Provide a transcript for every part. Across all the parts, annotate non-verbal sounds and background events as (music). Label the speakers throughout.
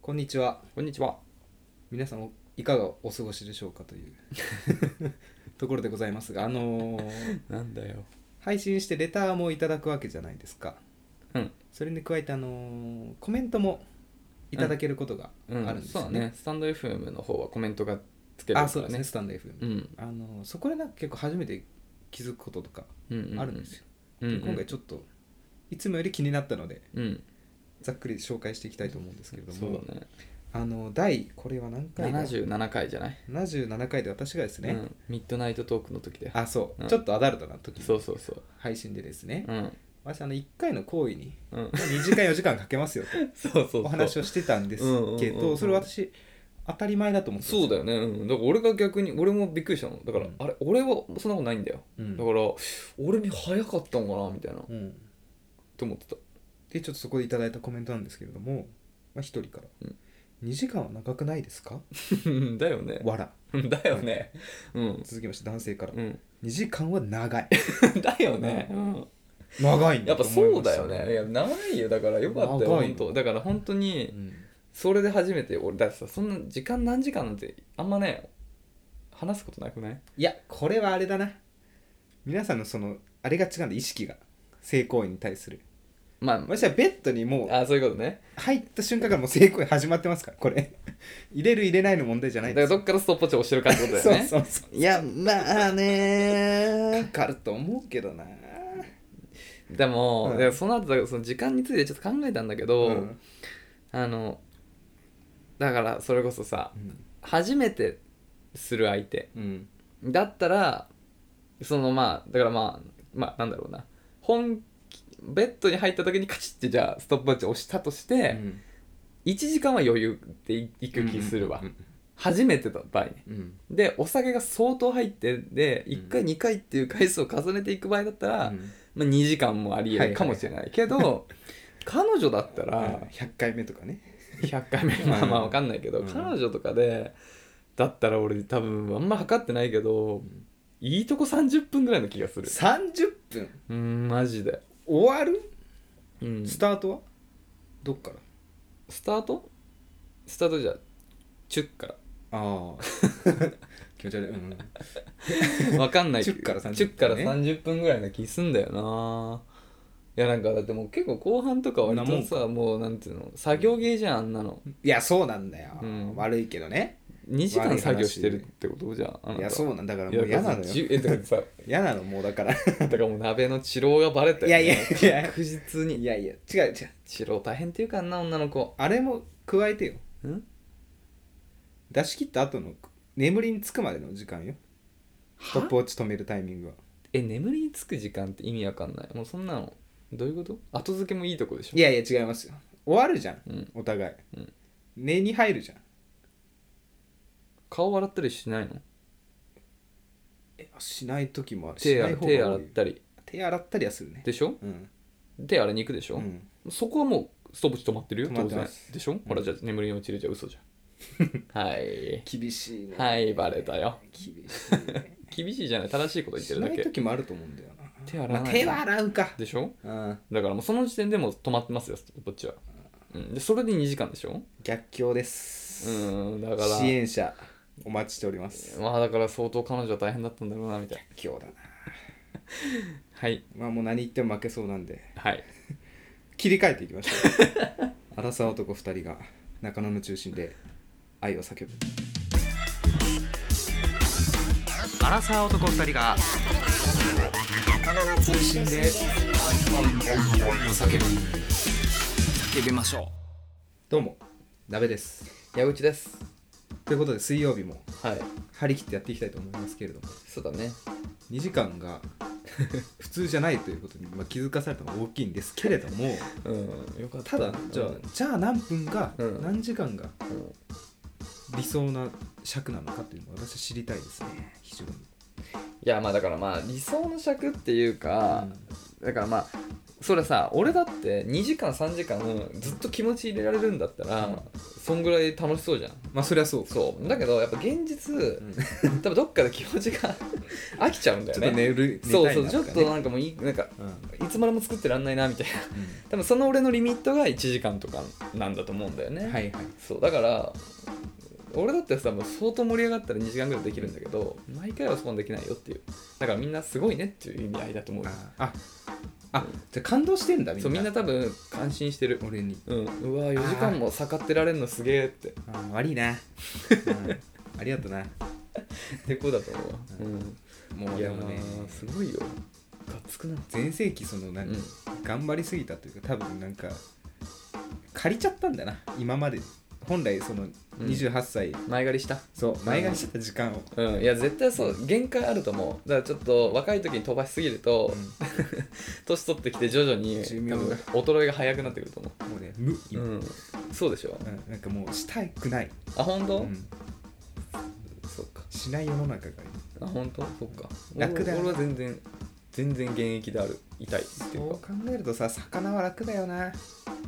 Speaker 1: こんにちは
Speaker 2: こんにちは。
Speaker 1: 皆さんおいかがお過ごしでしょうかという
Speaker 2: (laughs)
Speaker 1: ところでございますがあのー
Speaker 2: なんだよ。
Speaker 1: 配信してレターもいただくわけじゃないですか
Speaker 2: うん。
Speaker 1: それに加えてあのーコメントもいただけることがあ
Speaker 2: うん、
Speaker 1: るんです
Speaker 2: そ
Speaker 1: よ
Speaker 2: うだ
Speaker 1: ね,、
Speaker 2: ね。スタンド FM の方はコメントがつける
Speaker 1: あ
Speaker 2: か
Speaker 1: そう
Speaker 2: ら
Speaker 1: ですね。スタンド FM、
Speaker 2: うん。
Speaker 1: あのーそこでなんか結構初めて気づくこととか
Speaker 2: うん。
Speaker 1: あるんですよ、
Speaker 2: うん。うん、
Speaker 1: で今回ちょっといつもより気になったので
Speaker 2: うん。
Speaker 1: ざっくり紹介していきたいと思うんですけれど
Speaker 2: そ
Speaker 1: も、
Speaker 2: うだね。
Speaker 1: あのー第これは何回だ
Speaker 2: 77回じゃない
Speaker 1: 77回で私がですね、
Speaker 2: うん。ミッドナイトトークの時で。
Speaker 1: あそう、
Speaker 2: うん
Speaker 1: ちょっとアダルトな時
Speaker 2: そ
Speaker 1: の
Speaker 2: うそうそう。
Speaker 1: 配信でですね、
Speaker 2: うん。
Speaker 1: 私あの1回の行為に
Speaker 2: うん。
Speaker 1: 2時間4時間かけますよ
Speaker 2: (laughs) そうそうそ
Speaker 1: と
Speaker 2: う。
Speaker 1: お話をしてたんですけ
Speaker 2: うんうんうんう
Speaker 1: ど
Speaker 2: ん
Speaker 1: それ私当たり前だと思ってたん
Speaker 2: そうだよね、うん、だから俺が逆に俺もびっくりしたのだから、
Speaker 1: うん
Speaker 2: あれ俺はそんなことないんだよ、
Speaker 1: うん
Speaker 2: だから俺に早かったのかなみたいな、
Speaker 1: うん、
Speaker 2: と思ってた (laughs)
Speaker 1: でちょっとそこでいただいたコメントなんですけれども、まあ、1人から、
Speaker 2: うん
Speaker 1: 2時間は長くないですか?
Speaker 2: うんだよ」ね (laughs)
Speaker 1: わら
Speaker 2: だよねうん、
Speaker 1: 続きまして男性から、
Speaker 2: うん、
Speaker 1: 2時間は長
Speaker 2: (laughs)
Speaker 1: い
Speaker 2: だよね、うん、
Speaker 1: 長いん
Speaker 2: や
Speaker 1: だ
Speaker 2: っ
Speaker 1: と
Speaker 2: ぱ
Speaker 1: 思い
Speaker 2: そ
Speaker 1: ま
Speaker 2: う
Speaker 1: し
Speaker 2: だ
Speaker 1: た
Speaker 2: よねいや長いよだからよかったよ
Speaker 1: 長い
Speaker 2: 本当だから本当
Speaker 1: う
Speaker 2: に
Speaker 1: ん
Speaker 2: それで初めて俺だってさそんな時間何時間なんてあんまね話すことなくない
Speaker 1: いやこれはあれだな皆さんのそのあれが違うんだ意識が性行為に対する
Speaker 2: まあ
Speaker 1: 私はベッドにもう
Speaker 2: あそういうことね
Speaker 1: 入った瞬間からもう性行為始まってますからこれ (laughs) 入れる入れないの問題じゃな
Speaker 2: だ
Speaker 1: いで
Speaker 2: から
Speaker 1: す
Speaker 2: どっからストップウォッチ押してるかってことだよね
Speaker 1: そうそうそ
Speaker 2: いやまあ
Speaker 1: う
Speaker 2: ね
Speaker 1: かかると思うけどな
Speaker 2: でも、
Speaker 1: うん
Speaker 2: でその後だからその時間についてちょっと考えたんだけど、
Speaker 1: うん
Speaker 2: あのだからそれこそさ
Speaker 1: うん
Speaker 2: 初めてする相手
Speaker 1: うん
Speaker 2: だったらそのまあだからまあまあなんだろうな本気ベッドに入った時にカチッてじゃあストップウォッチ押したとして、1時間は余裕でいいく気するわ、
Speaker 1: うん
Speaker 2: 初めての場合ね
Speaker 1: うん
Speaker 2: でお酒が相当入ってで
Speaker 1: うん
Speaker 2: 1回2回っていう回数を重ねていく場合だったら、
Speaker 1: うん
Speaker 2: まあ、2時間もありえるかもしれないけど、彼女だったら
Speaker 1: 100回目とかね
Speaker 2: 100回目
Speaker 1: うん
Speaker 2: まあまあわかんないけど、
Speaker 1: うん
Speaker 2: 彼女とかでだったら俺多分あんま測ってないけど、
Speaker 1: ん
Speaker 2: いいとこ30分ぐらいの気がする
Speaker 1: 30分
Speaker 2: うんマジで、
Speaker 1: 終わる
Speaker 2: うん、
Speaker 1: ス
Speaker 2: ス
Speaker 1: タートはどっから
Speaker 2: タートスタートじゃチュッから
Speaker 1: ああ (laughs) 気持ち悪いうん
Speaker 2: わか
Speaker 1: (laughs)
Speaker 2: んない
Speaker 1: 10から30分ね
Speaker 2: 10から30分ぐらいな気すんだよないやなんかだってもう結構後半とか割とさもうなんていうの作業芸じゃんあんなの
Speaker 1: いやそうなんだよ
Speaker 2: うん
Speaker 1: 悪いけどね
Speaker 2: 2時間作業してるってことじゃんあないた
Speaker 1: やそうなんだから
Speaker 2: い
Speaker 1: も
Speaker 2: や
Speaker 1: う嫌なの
Speaker 2: だって
Speaker 1: よ
Speaker 2: (laughs) 10えだってさ
Speaker 1: 嫌なのもうだから
Speaker 2: (laughs) だからもう鍋の治療がバレたよ、ね、
Speaker 1: いやいやいや
Speaker 2: 確実
Speaker 1: い
Speaker 2: に
Speaker 1: やいや違う違う
Speaker 2: 治療大変っていうかあんな女の子
Speaker 1: あれも加えてよ
Speaker 2: ん
Speaker 1: 出し切った後の眠りにつくまでの時間よストップウォッチ止めるタイミングは
Speaker 2: え眠りにつく時間って意味わかんないもうそんなのどういうこと後付けもいいとこでしょ
Speaker 1: いやいや違いますよ終わるじゃん
Speaker 2: うん、
Speaker 1: お互い、
Speaker 2: うん
Speaker 1: 寝に入るじゃん
Speaker 2: 顔洗ったりしないの
Speaker 1: えしない時もあるし
Speaker 2: 手
Speaker 1: な
Speaker 2: 洗
Speaker 1: い
Speaker 2: い
Speaker 1: 方が多い
Speaker 2: 手
Speaker 1: よ
Speaker 2: 洗ったり
Speaker 1: 手洗ったりはするね
Speaker 2: でしょ
Speaker 1: うん、
Speaker 2: 手洗いに行くでし
Speaker 1: う
Speaker 2: ょ、
Speaker 1: ん、
Speaker 2: そこはもうストップウォッチ止まってるよ
Speaker 1: 止ま
Speaker 2: 当
Speaker 1: って
Speaker 2: 然
Speaker 1: ます
Speaker 2: でしょ、ほらじゃあ眠りに落ちるじゃ嘘じゃ
Speaker 1: (laughs)
Speaker 2: んはい
Speaker 1: 厳しいね
Speaker 2: はいバレたよ
Speaker 1: 厳しいね
Speaker 2: 厳しいじゃない正しいこと言っ
Speaker 1: し
Speaker 2: てるだ
Speaker 1: ない
Speaker 2: け
Speaker 1: 時もあると思うんだよな
Speaker 2: 手洗わない
Speaker 1: まあ手は洗うか
Speaker 2: でしょ
Speaker 1: うん
Speaker 2: だからもうその時点でもう止まってますよこっちは、うん、でそれで2時間でしょ
Speaker 1: 逆境で
Speaker 2: う
Speaker 1: す、
Speaker 2: んだから
Speaker 1: 支援者お待ちしております
Speaker 2: まあだから相当彼女は大変だったんだろうなみたいな
Speaker 1: 今日だな
Speaker 2: はい
Speaker 1: まあもう何言っても負けそうなんで
Speaker 2: はい
Speaker 1: 切り替えていきましょ (laughs) うアラサー男2人が中野の中心で愛を叫ぶアラサー男2人が中心で愛を叫ぶ叫びましょうどうも鍋です
Speaker 2: 矢口です
Speaker 1: ということで水曜日も
Speaker 2: はい
Speaker 1: 張り切ってやっていきたいと思いますけれども
Speaker 2: そうだね
Speaker 1: 2時間が (laughs) 普通じゃないということに、まあ、気づかされたのが大きいんですけれども
Speaker 2: うんよかった
Speaker 1: だじゃあじゃあ何分が、
Speaker 2: うん
Speaker 1: 何時間が
Speaker 2: あ、うん
Speaker 1: 理想な尺なのかっていうのを私は知りたいですね非常に、
Speaker 2: いやまあだからまあ理想の尺っていうか、だからまあそれさ俺だって2時間3時間ずっと気持ち入れられるんだったら、
Speaker 1: うん
Speaker 2: そんぐらい楽しそうじゃん
Speaker 1: まあそりゃそう
Speaker 2: そうだけどやっぱ現実、
Speaker 1: ん
Speaker 2: 多分どっかで気持ちが飽きちゃうんだ
Speaker 1: ち
Speaker 2: よ
Speaker 1: ょっと寝
Speaker 2: ね
Speaker 1: る寝
Speaker 2: そう
Speaker 1: たい
Speaker 2: そう
Speaker 1: な
Speaker 2: ちょっ
Speaker 1: か
Speaker 2: と
Speaker 1: ね
Speaker 2: なんかもういいなんか
Speaker 1: うん
Speaker 2: いつまでも作ってらんないなみたいな多分その俺のリミットが1時間とかなんだと思うんだよね、
Speaker 1: うんはいはい
Speaker 2: そうだから俺だってさもう相当盛り上がったら2時間ぐらいできるんだけど毎回はそこまでできないよっていうだからみんなすごいねっていう意味合いだと思う
Speaker 1: ああじゃあ感動してんだみんな
Speaker 2: そうみんな多分感心してる
Speaker 1: 俺に
Speaker 2: うんうわ4時間も逆ってられるのすげえって
Speaker 1: あー悪いな、うん、ありがとな
Speaker 2: てこだと (laughs) 思う
Speaker 1: う
Speaker 2: わ、
Speaker 1: もう
Speaker 2: い
Speaker 1: で
Speaker 2: や
Speaker 1: もね
Speaker 2: ーすごいよがっつくな
Speaker 1: 全盛期その何、
Speaker 2: うん
Speaker 1: 頑張りすぎたというか多分なんか借りちゃったんだな今まで本来その28歳、
Speaker 2: 前借りした
Speaker 1: そう前借りしてた時間を、
Speaker 2: うんいや絶対そう限界あると思うだからちょっと若い時に飛ばしすぎると、年取ってきて徐々に
Speaker 1: 寿命が
Speaker 2: 多分衰えが早くなってくると思
Speaker 1: もうね無、
Speaker 2: う、
Speaker 1: うん
Speaker 2: ん、そうでしょ
Speaker 1: なんかもうしたくない、
Speaker 2: あ本当、
Speaker 1: うん
Speaker 2: そうか
Speaker 1: しない世の中が
Speaker 2: あ本当そっか
Speaker 1: 楽だよ
Speaker 2: 俺は全然全然現役である痛いってい
Speaker 1: そうう考
Speaker 2: か
Speaker 1: えるとさ魚は楽だよな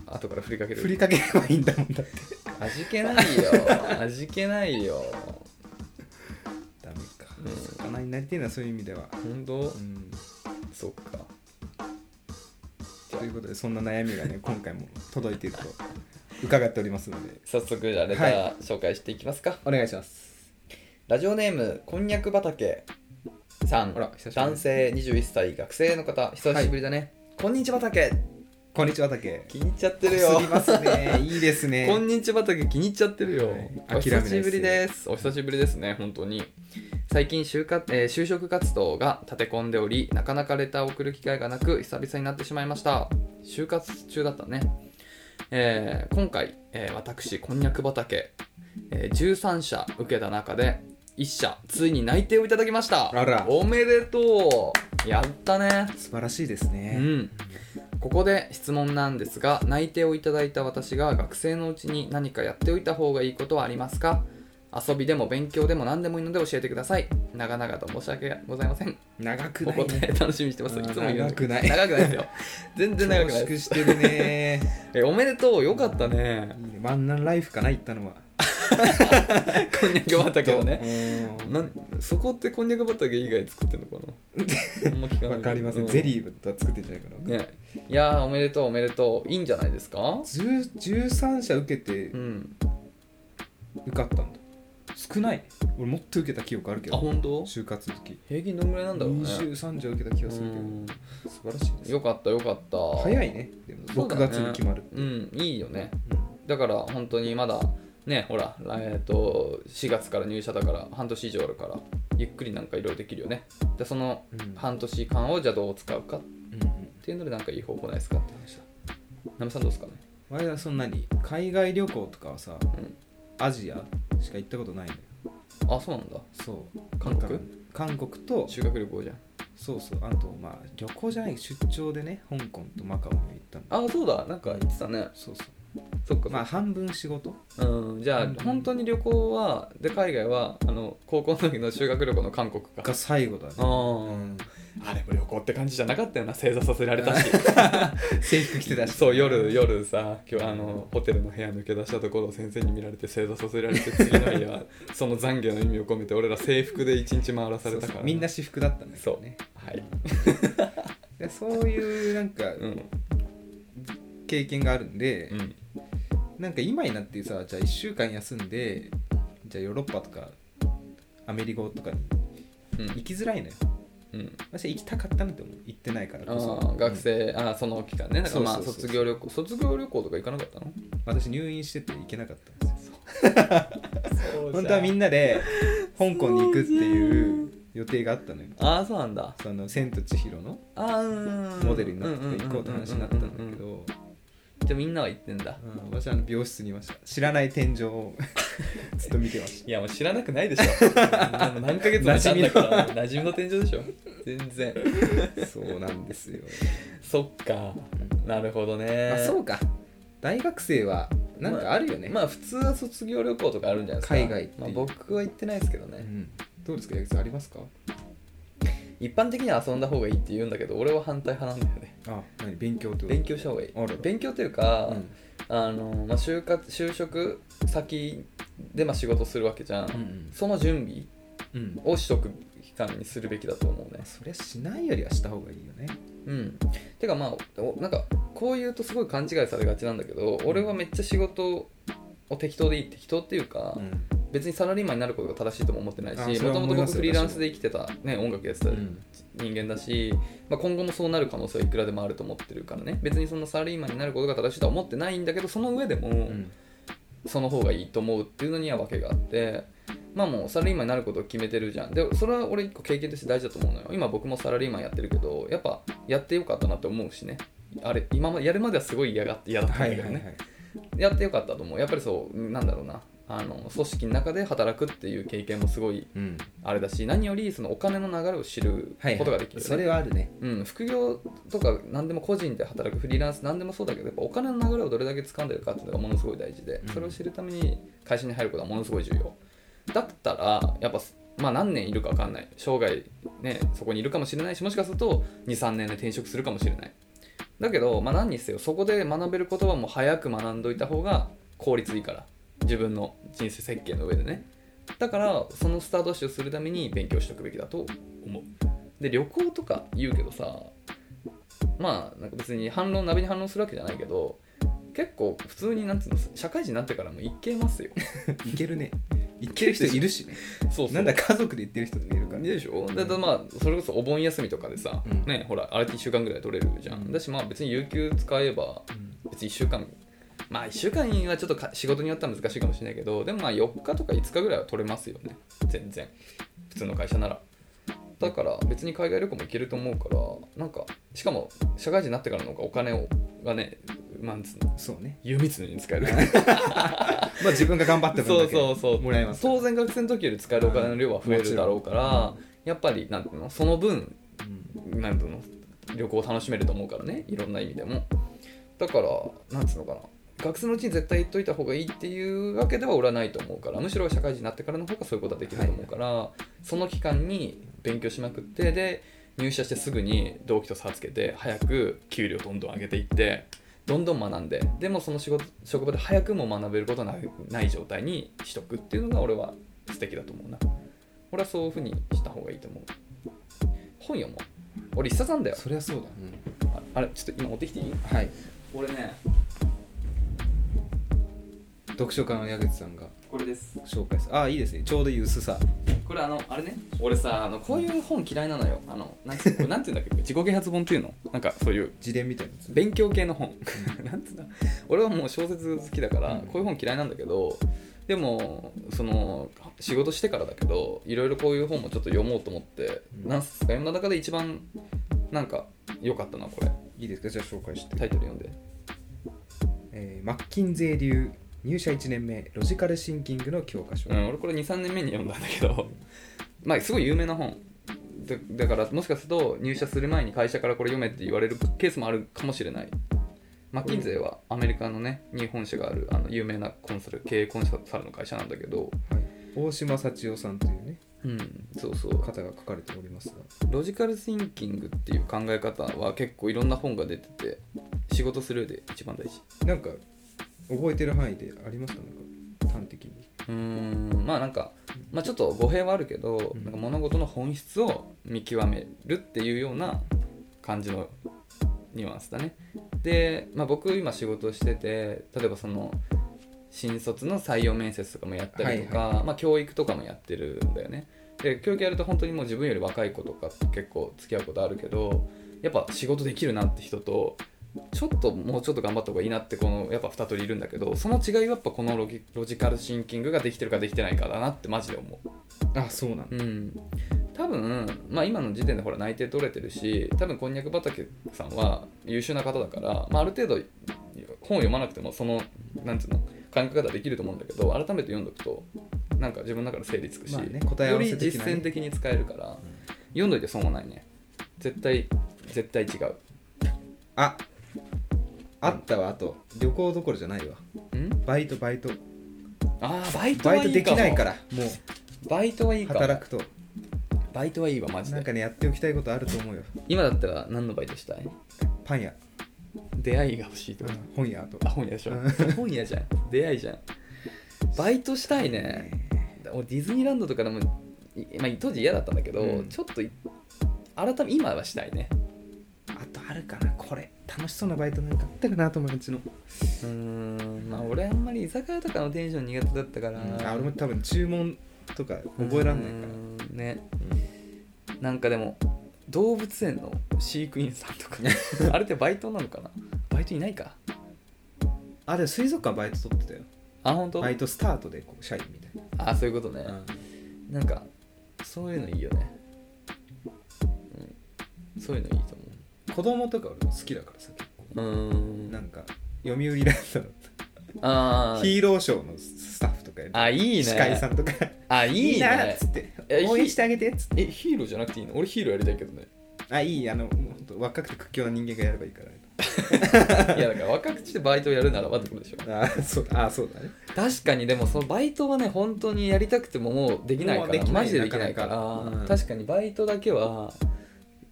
Speaker 2: 後から振りかける
Speaker 1: 振りかければいいんだもんだって
Speaker 2: (laughs) 味気ない
Speaker 1: (laughs)
Speaker 2: よ味気ないよ
Speaker 1: ダメか、
Speaker 2: うん
Speaker 1: 魚になりてえなそういう意味では、
Speaker 2: 本当、
Speaker 1: うん、
Speaker 2: そっか
Speaker 1: ということでそんな悩みが
Speaker 2: (laughs)
Speaker 1: ね今回も届いていると伺っておりますので
Speaker 2: 早速じゃあレタ
Speaker 1: は
Speaker 2: ー紹介していきますか、
Speaker 1: お願いします
Speaker 2: ラジオネームこんにゃく畑さん
Speaker 1: あら久しぶり
Speaker 2: 男性21歳学生の方久しぶりだね、こんにちは畑
Speaker 1: こんにちは竹
Speaker 2: 気に入っちゃってるよ
Speaker 1: すぎます
Speaker 2: (laughs)
Speaker 1: ねいいですね
Speaker 2: こんにちは畑気に入っちゃってるよ、
Speaker 1: はい諦
Speaker 2: お
Speaker 1: めない
Speaker 2: 久
Speaker 1: ですね
Speaker 2: しぶりですお久しぶりですね本当に最近就活、えー就職活動が立て込んでおりなかなかレターを送る機会がなく久々になってしまいました就活中だったね、えー今回、えー私こんにゃく畑、えー13社受けた中で1社ついに内定をいただきました
Speaker 1: あら
Speaker 2: おめでとうやったね
Speaker 1: 素晴らしいですね、
Speaker 2: うん、ここで質問なんですが内定をいただいた私が学生のうちに何かやっておいた方がいいことはありますか遊びでも勉強でも何でもいいので教えてください長々と申し訳ございません
Speaker 1: 長く
Speaker 2: お
Speaker 1: ない
Speaker 2: 答え楽しみにしてますい
Speaker 1: うん
Speaker 2: つも言うの
Speaker 1: 長くない
Speaker 2: 長くない
Speaker 1: (laughs)
Speaker 2: ですよ全然長くない
Speaker 1: 恐
Speaker 2: で
Speaker 1: 縮
Speaker 2: す
Speaker 1: してるね
Speaker 2: (laughs) えおめでとうよかったね
Speaker 1: いいねワンナンライフかな行ったのは
Speaker 2: こんにゃく畑をね
Speaker 1: ね
Speaker 2: なんそこってこんにゃく畑以外作ってん
Speaker 1: (laughs)
Speaker 2: のかなあんま聞かない
Speaker 1: わかりません、
Speaker 2: う
Speaker 1: ゼリーは作ってんじゃないかな、
Speaker 2: ねいやーおめでとうおめでとういいんじゃないですか
Speaker 1: 10 13社受けて
Speaker 2: うん
Speaker 1: 受かったんだ少ないね俺もっと受けた記憶あるけ
Speaker 2: あ
Speaker 1: ど
Speaker 2: 本当
Speaker 1: 就活の時
Speaker 2: 平均どんぐらいなんだろうね
Speaker 1: 23社受けた気がするけ
Speaker 2: うん
Speaker 1: ど素晴らしいです
Speaker 2: よかったよかった
Speaker 1: 早いねでも
Speaker 2: そうだ
Speaker 1: 6
Speaker 2: ね
Speaker 1: 月に決まるって
Speaker 2: うんいいよね
Speaker 1: うん
Speaker 2: だから本当にまだねほらえっ、と4月から入社だから半年以上あるからゆっくりなんかいろいろできるよねじゃあその
Speaker 1: うん
Speaker 2: 半年間をじゃあどう使うかっ
Speaker 1: うんうん
Speaker 2: ていうのでなんかいい方法ないですかって話だナムさんどうですかね
Speaker 1: 前はそんなに海外旅行とかはさ
Speaker 2: うん
Speaker 1: アジアしか行ったことないのよ
Speaker 2: あそうなんだ
Speaker 1: そう
Speaker 2: 韓国
Speaker 1: だから韓国と
Speaker 2: 修学旅行じゃん
Speaker 1: そうそうあとまあ旅行じゃない出張でね香港とマカオに行ったの
Speaker 2: あそうだなんか言ってたね
Speaker 1: そうそう
Speaker 2: そっか、
Speaker 1: まあ半分仕事
Speaker 2: うんじゃあ本当に旅行はで海外はあの高校の時の修学旅行の韓国か
Speaker 1: が最後だね
Speaker 2: あーあれも旅行って感じじゃなかったよな正座させられた (laughs) し
Speaker 1: 制服着てたし
Speaker 2: そう夜夜さ今日あのホテルの部屋抜け出したところを先生に見られて正座させられて次の (laughs) 日はその懺悔の意味を込めて俺ら制服で一日回らされたから
Speaker 1: そうそうみんな私服だったんだけ
Speaker 2: そ
Speaker 1: ど
Speaker 2: う
Speaker 1: ね
Speaker 2: はい、
Speaker 1: でそういうなんか
Speaker 2: うん
Speaker 1: 経験があるんで、
Speaker 2: うん、
Speaker 1: なんか今になってさじゃあ1週間休んでじゃあヨーロッパとかアメリカとかに
Speaker 2: うん
Speaker 1: 行きづらいのよ
Speaker 2: うん、
Speaker 1: 私は行きたかったなって思う行ってないから
Speaker 2: あ
Speaker 1: こそ
Speaker 2: ー学、生、あーその期間ねだからまあ
Speaker 1: そうそうそう
Speaker 2: 卒業旅行卒業旅行とか行かなかったの
Speaker 1: うん私入院してて行けなかったんですよ
Speaker 2: 本
Speaker 1: 本当はみん
Speaker 2: な
Speaker 1: な
Speaker 2: (laughs)
Speaker 1: で香港に行くっていう予定があったのよ
Speaker 2: ああそうなんだ
Speaker 1: その「千と千尋」の
Speaker 2: あーうん
Speaker 1: モデルになってて行こうって話になったんだ
Speaker 2: うんうんうん
Speaker 1: け
Speaker 2: うんうん
Speaker 1: ど
Speaker 2: じゃあみんなは行ってんだ
Speaker 1: うん私はあの病室にいました知らない天井を (laughs) ずっと見てました
Speaker 2: いやもう知らなくないでしょもう何ヶ月
Speaker 1: (laughs)
Speaker 2: も経ったから馴染みの天井でしょ全然
Speaker 1: そうなんですよ。
Speaker 2: そっかなるほどね
Speaker 1: あそうか。大学生はなんかあるよね。
Speaker 2: まあ普通は卒業旅行とかあるんじゃないですか
Speaker 1: 海外っていう
Speaker 2: まあ、僕は行ってないですけど
Speaker 1: う
Speaker 2: ね
Speaker 1: んどうですか、矢口さんありますか？
Speaker 2: い一般的には遊んだ方がいいって言うんだけど俺は反対派なんだよね
Speaker 1: あ何勉強ってこと
Speaker 2: 勉強した方がいい
Speaker 1: あらら
Speaker 2: 勉強というか、
Speaker 1: うん
Speaker 2: あのまあ、就活就職先でまあ仕事するわけじゃん、
Speaker 1: うん
Speaker 2: その準備
Speaker 1: うんうん
Speaker 2: を取得期間にするべきだと思うね
Speaker 1: それしないよりはした方がいいよね
Speaker 2: うんてかまあおなんかこう言うとすごい勘違いされがちなんだけど俺はめっちゃ仕事を適当でいい適当っていうか、
Speaker 1: うん
Speaker 2: 別にサラリーマンになることが正しいとも思ってない
Speaker 1: あ
Speaker 2: し
Speaker 1: それ
Speaker 2: も
Speaker 1: は
Speaker 2: とも
Speaker 1: 思
Speaker 2: と
Speaker 1: いますよ
Speaker 2: 僕フリーランスで生きてた、ね、音楽やってた
Speaker 1: うん
Speaker 2: 人間だし、まあ、今後もそうなる可能性はいくらでもあると思ってるからね別にそんなサラリーマンになることが正しいとは思ってないんだけどその上でも、
Speaker 1: うん
Speaker 2: その方がいいと思うっていうのには訳があってまあもうサラリーマンになることを決めてるじゃんでそれは俺一個経験として大事だと思うのよ今僕もサラリーマンやってるけどやっぱやってよかったなって思うしねあれ今までやるまではすごい嫌がって嫌だったんだ
Speaker 1: は
Speaker 2: け
Speaker 1: い
Speaker 2: どね、
Speaker 1: はいはい
Speaker 2: やってよかったと思うやっぱりそうなんだろうなあの組織の中で働くっていう経験もすごい
Speaker 1: うん
Speaker 2: あれだし何よりそのお金の流れを知る
Speaker 1: はいはい
Speaker 2: ことができるよね、
Speaker 1: それはある (laughs) ね
Speaker 2: うん、副業とか何でも個人で働くフリーランス何でもそうだけどやっぱお金の流れをどれだけ掴んでるかっていうのがものすごい大事で
Speaker 1: うん
Speaker 2: それを知るために会社に入ることはものすごい重要だったらやっぱまあ何年いるか分かんない生涯ねそこにいるかもしれないしもしかすると23年で転職するかもしれないだけど、まあ、何にせよそこで学べることはもう早く学んどいた方が効率いいから自分の人生設計の上でねだからそのスタートダッシュをするために勉強しておくべきだと思うで旅行とか言うけどさまあなんか別に反論鍋に反論するわけじゃないけど結構普通になんていうの社会人になってからも行けますよ
Speaker 1: いけるねいける人いるしね
Speaker 2: そう
Speaker 1: なんだ家族で行ってる人もいるからね
Speaker 2: でしょだってまあそれこそお盆休みとかでさ、
Speaker 1: うん
Speaker 2: ねほらあれって1週間ぐらい取れるじゃん、
Speaker 1: うん
Speaker 2: だしまあ別に有給使えば別に1週間まあ1週間はちょっとか仕事によっては難しいかもしれないけどでもまあ4日とか5日ぐらいは取れますよね全然普通の会社ならだから別に海外旅行も行けると思うからなんかしかも社会人になってからの方がお金をがねなんつうの
Speaker 1: そうね
Speaker 2: 湯密に使える
Speaker 1: まあ自分が頑張って
Speaker 2: そうそうそう
Speaker 1: もらえます
Speaker 2: 当然学生の時より使えるお金の量は増えるだろうから
Speaker 1: もち
Speaker 2: やっぱりなんていうのその分
Speaker 1: うん
Speaker 2: なんていうの旅行を楽しめると思うからねいろんな意味でもだからなんつうのかな学生のうちに絶対言っといた方がいいっていうわけでは俺はないと思うからむしろ社会人になってからの方がそういうことはできると思うから、その期間に勉強しまくってで入社してすぐに同期と差つけて早く給料どんどん上げていってどんどん学んででもその仕事職場で早くも学べることなない状態にしとくっていうのが俺は素敵だと思うな俺はそういうふうにした方がいいと思う本読もう俺一冊なんだよ
Speaker 1: そりゃそうだ
Speaker 2: ああれちょっと今持ってきていい
Speaker 1: はい
Speaker 2: 俺ね
Speaker 1: 読書家の矢口さんが
Speaker 2: これです
Speaker 1: 紹介するああいいですねちょうどいい薄さ
Speaker 2: これあのあれね俺さあのこういう本嫌いなのよあの (laughs) なんていうのなんていうんだっけ自己啓発本っていうのなんかそういう
Speaker 1: 自伝みたいなやつ
Speaker 2: 勉強系の本 (laughs) なんつうんだ俺はもう小説好きだから
Speaker 1: うん
Speaker 2: こういう本嫌いなんだけどでもその仕事してからだけどいろいろこういう本もちょっと読もうと思って
Speaker 1: うん
Speaker 2: 何冊か読んだ中で一番なんか良かったなこれ
Speaker 1: いいですかじゃあ紹介して
Speaker 2: タイトル読んで
Speaker 1: えーマッキンゼー流入社1年目ロジカルシンキングの教科書、
Speaker 2: うん、俺これ23年目に読んだんだけど (laughs) まあすごい有名な本だだからもしかすると入社する前に会社からこれ読めって言われるケースもあるかもしれないマッキンゼーはアメリカのね日本社があるあの有名なコンサル経営コンサルの会社なんだけど
Speaker 1: 大島幸代さんというね
Speaker 2: うんそうそう
Speaker 1: 方が書かれておりますが
Speaker 2: ロジカルシンキングっていう考え方は結構いろんな本が出てて仕事する上で一番大事
Speaker 1: なんか覚えてる範囲でありますかなんか端的に
Speaker 2: うーんまあなんか、まあ、ちょっと語弊はあるけど、
Speaker 1: うん
Speaker 2: なんか物事の本質を見極めるっていうような感じのニュアンスだねで、まあ、僕今仕事をしてて例えばその新卒の採用面接とかもやったりとか、
Speaker 1: は
Speaker 2: まあ、教育とかもやってるんだよねで教育やると本当にもう自分より若い子とかと結構付き合うことあるけどやっぱ仕事できるなって人とちょっともうちょっと頑張った方がいいなってこのやっぱ2通りいるんだけどその違いはやっぱこのロギロジカルシンキングができてるかできてないかだなってマジで思
Speaker 1: あそうなん
Speaker 2: う、
Speaker 1: だ
Speaker 2: うん、多分、まあ、今の時点でほら内定取れてるし多分こんにゃく畑さんは優秀な方だから、まあ、ある程度本を読まなくてもそのなんていうの考え方できると思うんだけど改めて読んどくとなんか自分の中で整理つくし、
Speaker 1: まあね答え合わせ
Speaker 2: より
Speaker 1: 的な
Speaker 2: 実
Speaker 1: ね
Speaker 2: 践的に使えるから、読んどいて損はないね絶対絶対違う
Speaker 1: ああったわあと旅行どころじゃないわ
Speaker 2: ん
Speaker 1: バイトバイト
Speaker 2: ああバイト
Speaker 1: バ
Speaker 2: は
Speaker 1: イト
Speaker 2: いい
Speaker 1: で
Speaker 2: かも
Speaker 1: きないからも
Speaker 2: バイトはいいうか
Speaker 1: 働くと
Speaker 2: バイトはいいわマジ
Speaker 1: なん
Speaker 2: で
Speaker 1: かねやっておきたいことあると思うよ
Speaker 2: 今だったら何のバイトしたい
Speaker 1: パン屋
Speaker 2: 出会いが欲しいってこと
Speaker 1: 本屋と
Speaker 2: あ本屋でしょ
Speaker 1: うん
Speaker 2: 本屋じゃん出会いじゃんバイトしたいね俺ディズニーランドとかでも、いまあ、当時嫌だったんだけど、
Speaker 1: うん
Speaker 2: ちょっとい改め今はしたいね
Speaker 1: あとあるかなこれ楽しそうなバイトなんかあったかな友達の、
Speaker 2: うーんまあ俺あんまり居酒屋とかのテンション苦手だったから、
Speaker 1: あ俺も多分注文とか覚えらんないから
Speaker 2: うーんねなんかでも動物園の飼育員さんと (laughs) かあれってバイトなのかなバイトいないか
Speaker 1: あでも水族館バイト取ってたよ
Speaker 2: あ本当
Speaker 1: バイトスタートでこう社員みたい
Speaker 2: あそういうことね
Speaker 1: な、、
Speaker 2: なんかそういうのいいよね、うん、そういうのいいと
Speaker 1: 子供とか俺も好きだからさ
Speaker 2: 思ううーん
Speaker 1: なんか読売ランドの
Speaker 2: あー
Speaker 1: ヒーローショーのスタッフとかやる
Speaker 2: あいいね
Speaker 1: 司会さんとか
Speaker 2: あいい
Speaker 1: なっ
Speaker 2: ね
Speaker 1: つって
Speaker 2: え
Speaker 1: 応援してあげてっつって
Speaker 2: えヒーローじゃなくていいの俺ヒーローやりたいけどね
Speaker 1: あいいあのもうほんと若くて屈強な人間がやればいいから
Speaker 2: いやだから若くしてバイトをやるならばってことでしょ
Speaker 1: あーそうあーそうだね
Speaker 2: 確かにでもそのバイトはね本当にやりたくてももうできないか
Speaker 1: もうで
Speaker 2: ら
Speaker 1: きない
Speaker 2: マジでできないから
Speaker 1: なかなかうん
Speaker 2: 確かにバイトだけは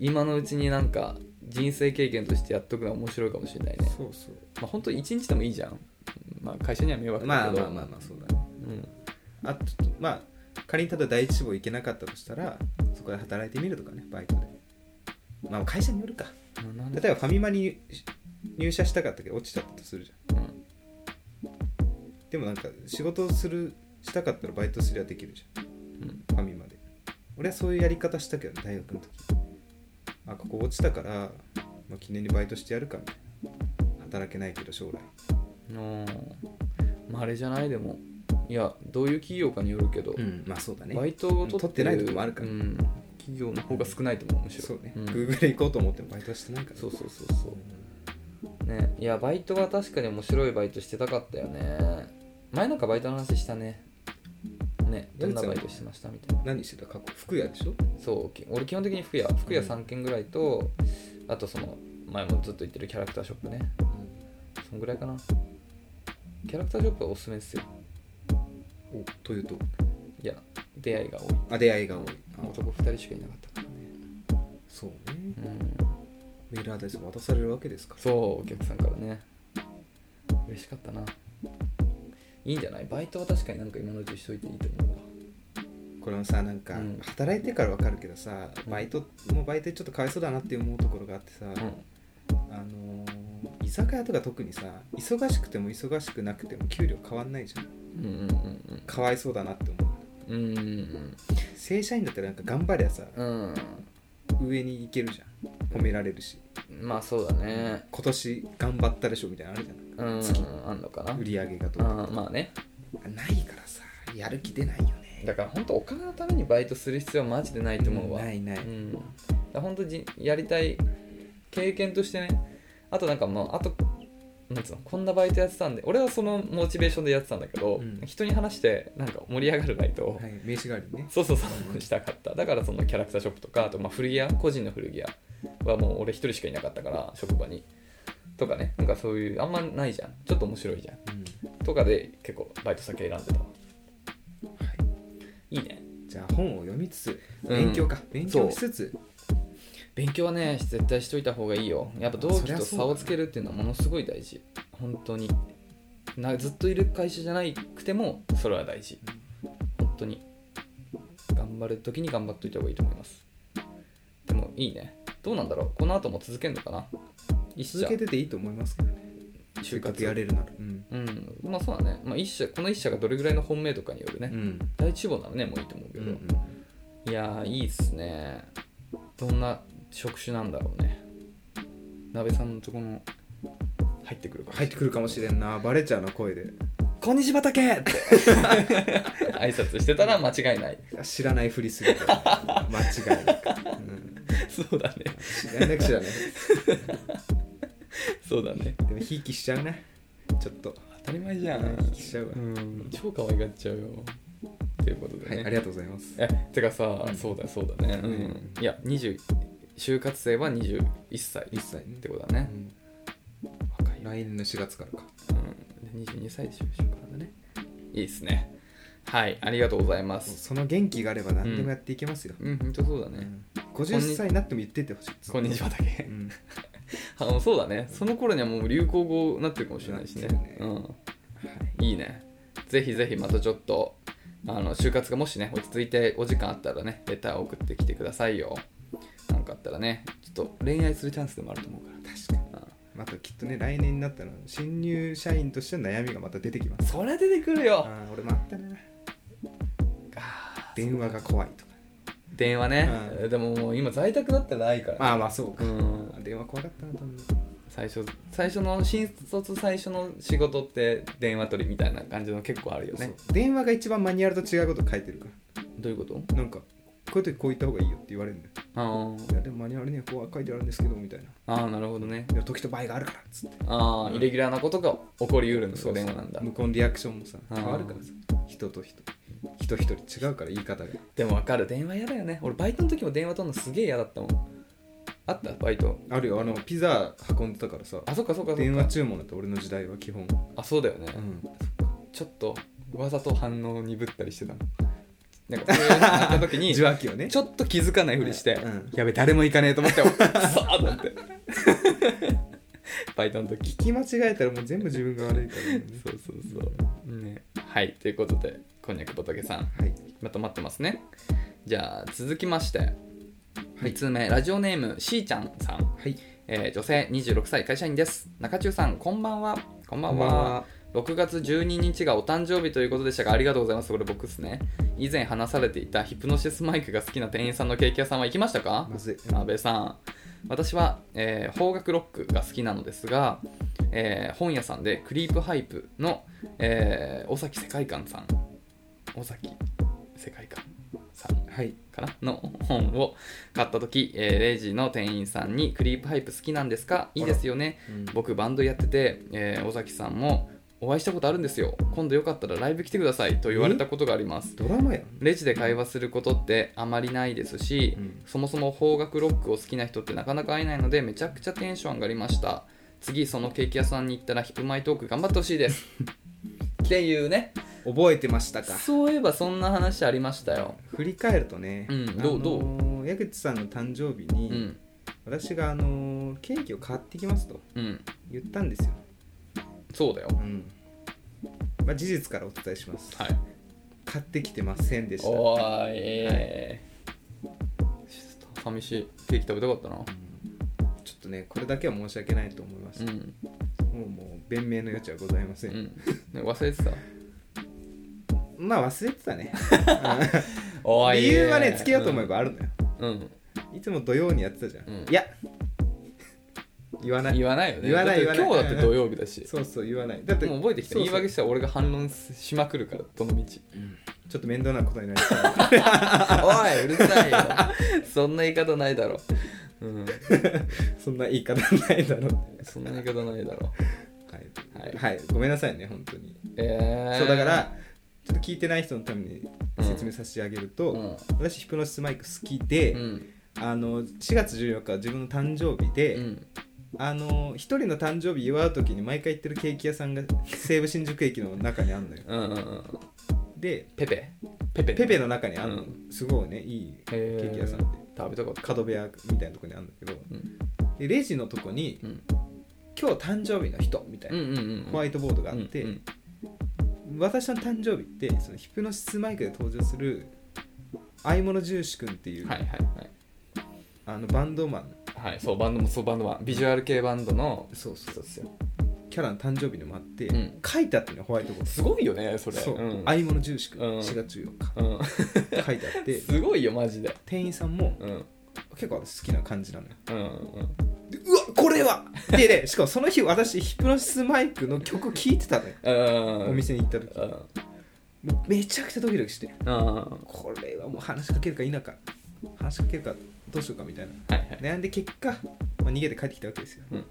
Speaker 2: 今のうちになんか人生経験としてやっとくのは面白いかもしれないね
Speaker 1: そうそう
Speaker 2: まあ本当一日でもいいじゃん、まあ、会社には迷惑
Speaker 1: まあ
Speaker 2: だけど
Speaker 1: まあまあまあそうだね
Speaker 2: うん
Speaker 1: あとまあ仮に例えば第一志望行けなかったとしたらそこで働いてみるとかねバイトでまあ会社によるか
Speaker 2: まあなん
Speaker 1: 例
Speaker 2: だ
Speaker 1: えばファミマに入社したかったけど落ちちゃったとするじゃん
Speaker 2: うん
Speaker 1: でもなんか仕事をするしたかったらバイトすりゃできるじゃん
Speaker 2: うん
Speaker 1: ファミマで俺はそういうやり方したけどね大学の時あここ落ちたから、まあ、記念にバイトしてやるかみたいな働けないけど将来
Speaker 2: うんまああれじゃないでもいやどういう企業かによるけど、
Speaker 1: んまあそうだね
Speaker 2: バイトを取って
Speaker 1: 取ってないとこもあるから
Speaker 2: うん企業の方が少ないと思うむしろ
Speaker 1: そうね、
Speaker 2: ん
Speaker 1: Google で行こうと思ってもバイトはしてないから
Speaker 2: そうそうそうそうねいやバイトは確かに面白いバイトしてたかったよね前なんかバイトの話したねねどんなバイトしてましたみたいな
Speaker 1: 何してた過去服屋でしょ
Speaker 2: そうき俺基本的に服屋服屋3軒ぐらいとあとその前もずっと言ってるキャラクターショップねそんぐらいかなキャラクターショップはおすすめですよ
Speaker 1: おというと
Speaker 2: いや出会いが多い
Speaker 1: あ出会いが多い
Speaker 2: 男2人しかいなかったか
Speaker 1: そうね
Speaker 2: らねうん
Speaker 1: メールアドレス渡されるわけですか
Speaker 2: そうお客さんからね嬉しかったないいんじゃないバイトは確かになんか今のうちしといていいと思うわ
Speaker 1: これもさなんか
Speaker 2: うん
Speaker 1: 働いてから分かるけどさ、バイトもうバイトでちょっとかわいそうだなって思うところがあってさ、あのー居酒屋とか特にさ忙しくても忙しくなくても給料変わんないじゃん
Speaker 2: うんうんうん
Speaker 1: かわいそうだなって思う
Speaker 2: うんうんうん
Speaker 1: 正社員だったらなんか頑張りゃさ
Speaker 2: うん
Speaker 1: 上に行けるじゃん褒められるし
Speaker 2: うんまあそうだね
Speaker 1: 今年頑張ったでしょみたいなのあるじ
Speaker 2: う
Speaker 1: ゃん、
Speaker 2: ん
Speaker 1: 月
Speaker 2: あんのかな
Speaker 1: 売り上げがとか
Speaker 2: あまあね
Speaker 1: ないからさやる気出ないよね
Speaker 2: だから本当お金のためにバイトする必要はマジでないと思うわ
Speaker 1: ないない、
Speaker 2: うんだから本当にやりたい経験としてねあとなんかもうあとなんつうのこんなバイトやってたんで俺はそのモチベーションでやってたんだけど、
Speaker 1: うん
Speaker 2: 人に話してなんか盛り上がらないと、
Speaker 1: はい、名刺代わりにね
Speaker 2: そうそうそうしたかっただからそのキャラクターショップとかあとまあ古着屋個人の古着屋はもう俺一人しかいなかったから職場にとかねなんかそういうあんまないじゃんちょっと面白いじゃんとかで結構バイト先選んでたわいいね
Speaker 1: じゃあ本を読みつつ
Speaker 2: うん
Speaker 1: 勉強か、勉強しつつ
Speaker 2: 勉強はね絶対しといた方がいいよやっぱ同
Speaker 1: そり
Speaker 2: 期
Speaker 1: ゃ
Speaker 2: と
Speaker 1: そうだ
Speaker 2: 差
Speaker 1: ね
Speaker 2: をつけるっていうのはものすごい大事本当になずっといる会社じゃなくてもそれは大事本当に頑張る時に頑張っといた方がいいと思いますでもいいねどうなんだろうこの後も続けるのかな一
Speaker 1: 続
Speaker 2: 社
Speaker 1: けてていいと思いますからね就活
Speaker 2: 就活
Speaker 1: やれるならうん、
Speaker 2: うんまあそうだね、まあ、一社この一社がどれぐらいの本命とかによるね、
Speaker 1: うん
Speaker 2: 第一志望ならねもういいと思うけ
Speaker 1: う
Speaker 2: ど、
Speaker 1: ん
Speaker 2: いやーいいっすねどんな職種なんだろうね鍋さんのとこも入ってくるか
Speaker 1: 入ってくるかもしれんなバレちゃうな声で
Speaker 2: こんにちは竹って挨拶してたら間違いない
Speaker 1: 知らないふりす
Speaker 2: (laughs)
Speaker 1: るから間違いなく、うん、
Speaker 2: そうだね
Speaker 1: 知らなく知らない
Speaker 2: そうだね
Speaker 1: でもひいきしちゃうねちょっと
Speaker 2: 当たり前じゃ
Speaker 1: うん
Speaker 2: ん
Speaker 1: ひいきしちゃうわ、
Speaker 2: うん超可愛がっちゃうよということで
Speaker 1: は
Speaker 2: ね、
Speaker 1: いありがとうございます
Speaker 2: えてかさ、
Speaker 1: うん
Speaker 2: そうだそうだね、うん
Speaker 1: うん
Speaker 2: いや20就活生は21歳
Speaker 1: 1歳ね
Speaker 2: ってことだね、若いよ
Speaker 1: 来年の4月からか
Speaker 2: うん、で22歳で就職なんだねいいっすねはいありがとうございます
Speaker 1: その元気があれば何でもやっていけますよ、
Speaker 2: うん本当そうだ
Speaker 1: う
Speaker 2: ね、
Speaker 1: ん50歳になっても言っててほしい
Speaker 2: こんにちはだけ
Speaker 1: うん
Speaker 2: あのそうだねその頃にはもう流行語になってるかもしれないしね
Speaker 1: なってる
Speaker 2: うん、いいねぜひぜひまたちょっとあの就活がもしね落ち着いてお時間あったらねレターを送ってきてくださいよなんかあったらねちょっと恋愛するチャンスでもあると思うから
Speaker 1: 確かにまたきっとね来年になったら新入社員としての悩みがまた出てきます
Speaker 2: それ出てくるよ
Speaker 1: ああ俺もあったな
Speaker 2: あー
Speaker 1: 電話が怖いとか
Speaker 2: 電話ね、
Speaker 1: う
Speaker 2: でももう今在宅だったらないから、
Speaker 1: まあまあそうか
Speaker 2: うん
Speaker 1: 電話怖かったなと思う
Speaker 2: 最初最初の新卒最初の仕事って電話取りみたいな感じの結構あるよね
Speaker 1: そう電話が一番マニュアルと違うこと書いてるか
Speaker 2: どういうこと
Speaker 1: らなんかこういう時こう言った方がいいよって言われるんだよ
Speaker 2: あー
Speaker 1: いやでもマニュアルにはこうは書いてあるんですけどみたいな
Speaker 2: あーなるほどね
Speaker 1: でも時と場合があるからっつって
Speaker 2: ああ、イレギュラーなことが起こりうるのが電話なんだ
Speaker 1: 無言リアクションもさ
Speaker 2: あー
Speaker 1: 変わるからさ人と人人一人違うから言い方が
Speaker 2: でも分かる電話嫌だよね俺バイトの時も電話取るのすげえ嫌だったもんあったバイト
Speaker 1: あるよあのピザ運んでたからさ
Speaker 2: あそっかそっかそっ
Speaker 1: 電話
Speaker 2: か
Speaker 1: 注文だった俺の時代は基本
Speaker 2: あそうだよね、
Speaker 1: うん
Speaker 2: ちょっとわざと反応鈍ったりしてたのなん (laughs) かそういうのがあった時に
Speaker 1: 受話器をね
Speaker 2: ちょっと気づかないふりして、
Speaker 1: うん
Speaker 2: やべ誰も行かねえと思ってさあと思って (laughs) バイトの時
Speaker 1: 聞き間違えたらもう全部自分が悪いからね
Speaker 2: そうそうそうねはいということでこんにゃく仏さん
Speaker 1: はい
Speaker 2: まとまってますねじゃあ続きまして
Speaker 1: はい
Speaker 2: 2通目ラジオネームしーちゃんさん、
Speaker 1: はい
Speaker 2: えー女性26歳会社員です中中さんこんばんはこんばんは
Speaker 1: こんばんは
Speaker 2: 6月12日がお誕生日ということでしたがありがとうございますこれ僕ですね以前話されていたヒプノシスマイクが好きな店員さんのケーキ屋さんは行きましたか
Speaker 1: まずい
Speaker 2: 安倍さん私は、えー邦楽ロックが好きなのですが、えー本屋さんでクリープハイプの、えー尾崎世界観さん尾崎世界観さん
Speaker 1: はい
Speaker 2: かなの (laughs) 本を買った時、えーレイジの店員さんに「クリープハイプ好きなんですかいいですよね
Speaker 1: うん
Speaker 2: 僕バンドやってて、えー尾崎さんもお会いしたことあるんですよ今度よかったらライブ来てください」と言われたことがあります
Speaker 1: ドラマやん
Speaker 2: レジで会話することってあまりないですし、
Speaker 1: うん
Speaker 2: そもそも邦楽ロックを好きな人ってなかなか会えないのでめちゃくちゃテンション上がりました次そのケーキ屋さんに行ったらヒップマイトーク頑張ってほしいです
Speaker 1: (laughs)
Speaker 2: っていうね
Speaker 1: 覚えてましたか
Speaker 2: そういえばそんな話ありましたよ
Speaker 1: 振り返るとね、
Speaker 2: うんどうどう
Speaker 1: う矢口さんの誕生日
Speaker 2: う
Speaker 1: に、
Speaker 2: ん
Speaker 1: 私が、あのーケーキを買ってきますと
Speaker 2: うん
Speaker 1: 言ったんですよ、
Speaker 2: そうだよ
Speaker 1: うんまあ、事実からお伝えします
Speaker 2: はい
Speaker 1: 買ってきてませんでしたうん
Speaker 2: おーいえーちょっと寂しいケーキ食べたかったな
Speaker 1: ちょっとねこれだけは申し訳ないと思います、
Speaker 2: うん、
Speaker 1: もうもう弁明の余地はございませ、
Speaker 2: うんんね、忘
Speaker 1: (laughs)
Speaker 2: れてた
Speaker 1: まあ忘れてたね
Speaker 2: おーい
Speaker 1: 理由はねつけようと思えばあるのよ、
Speaker 2: うん、
Speaker 1: いつも土曜にやってたじゃん、
Speaker 2: うん
Speaker 1: いや言わない
Speaker 2: 言わないよね
Speaker 1: 言わない
Speaker 2: だって
Speaker 1: 言わない
Speaker 2: 今日だって土曜日だし
Speaker 1: そうそう言わないだって
Speaker 2: もう覚えてきた
Speaker 1: そう
Speaker 2: 言
Speaker 1: そ
Speaker 2: いう訳したら俺が反論しまく
Speaker 1: (laughs)
Speaker 2: るからどの道
Speaker 1: ちょっと面倒なことになりそう (laughs)
Speaker 2: おいうるさいよ (laughs) そんな言い方ないだろうん
Speaker 1: そんな言い方ないだろう。
Speaker 2: そんな言い方ないだろ
Speaker 1: は。
Speaker 2: はいい
Speaker 1: はい。ごめんなさいね、本当に。
Speaker 2: えー、
Speaker 1: そうだから、ちょっと聞いてない人のために説明させてあげると、
Speaker 2: うん
Speaker 1: 私、ヒプノシスマイク好きで、
Speaker 2: うん
Speaker 1: あの4月14日は自分の誕生日で、
Speaker 2: うん
Speaker 1: あの一人の誕生日祝う時に毎回行ってるケーキ屋さんが西武新宿駅の中にあるのよ。
Speaker 2: うんうんうん
Speaker 1: で、
Speaker 2: ペペペペ
Speaker 1: ペペの中にあるの、
Speaker 2: う
Speaker 1: すごいね、いいケ
Speaker 2: へー
Speaker 1: ーキ屋さんって。
Speaker 2: 食べたかった
Speaker 1: 角部屋みたいなとこにあるんだけど、
Speaker 2: うん
Speaker 1: でレジのとこに
Speaker 2: うん
Speaker 1: 「今日誕生日の人」みたい
Speaker 2: うん
Speaker 1: な、
Speaker 2: うんうん
Speaker 1: ホワイトボードがあって、
Speaker 2: うんうん
Speaker 1: 私の誕生日ってそのヒプノシスマイクで登場する相物重視君っていう、
Speaker 2: はいはいはい
Speaker 1: あのバンドマン
Speaker 2: はい、そうバンドもそうバンドマンビジュアル系バンドの
Speaker 1: そうそう
Speaker 2: そうですよ
Speaker 1: キャラの誕生日でもあって、
Speaker 2: うん
Speaker 1: 書いてあったのよホワイトボード
Speaker 2: すごいよねそれ
Speaker 1: そう、
Speaker 2: ん
Speaker 1: 相物重視君、
Speaker 2: うん
Speaker 1: 4月14日
Speaker 2: (laughs) うん、
Speaker 1: って書いてあって
Speaker 2: (laughs) すごいよマジで
Speaker 1: 店員さんも
Speaker 2: うんうん
Speaker 1: 結構私好きな感じなのよ
Speaker 2: うんうん
Speaker 1: でうわこれはででしかもその日私ヒプノシスマイクの曲聴いてたのよ
Speaker 2: うん
Speaker 1: お店に行った時
Speaker 2: うん
Speaker 1: もうめちゃくちゃドキドキして
Speaker 2: うんは
Speaker 1: これはもう話しかけるか否か話しかけるかどうしようかみたいない
Speaker 2: はい
Speaker 1: 悩んで結果、まあ、逃げて帰ってきたわけですよ、
Speaker 2: うん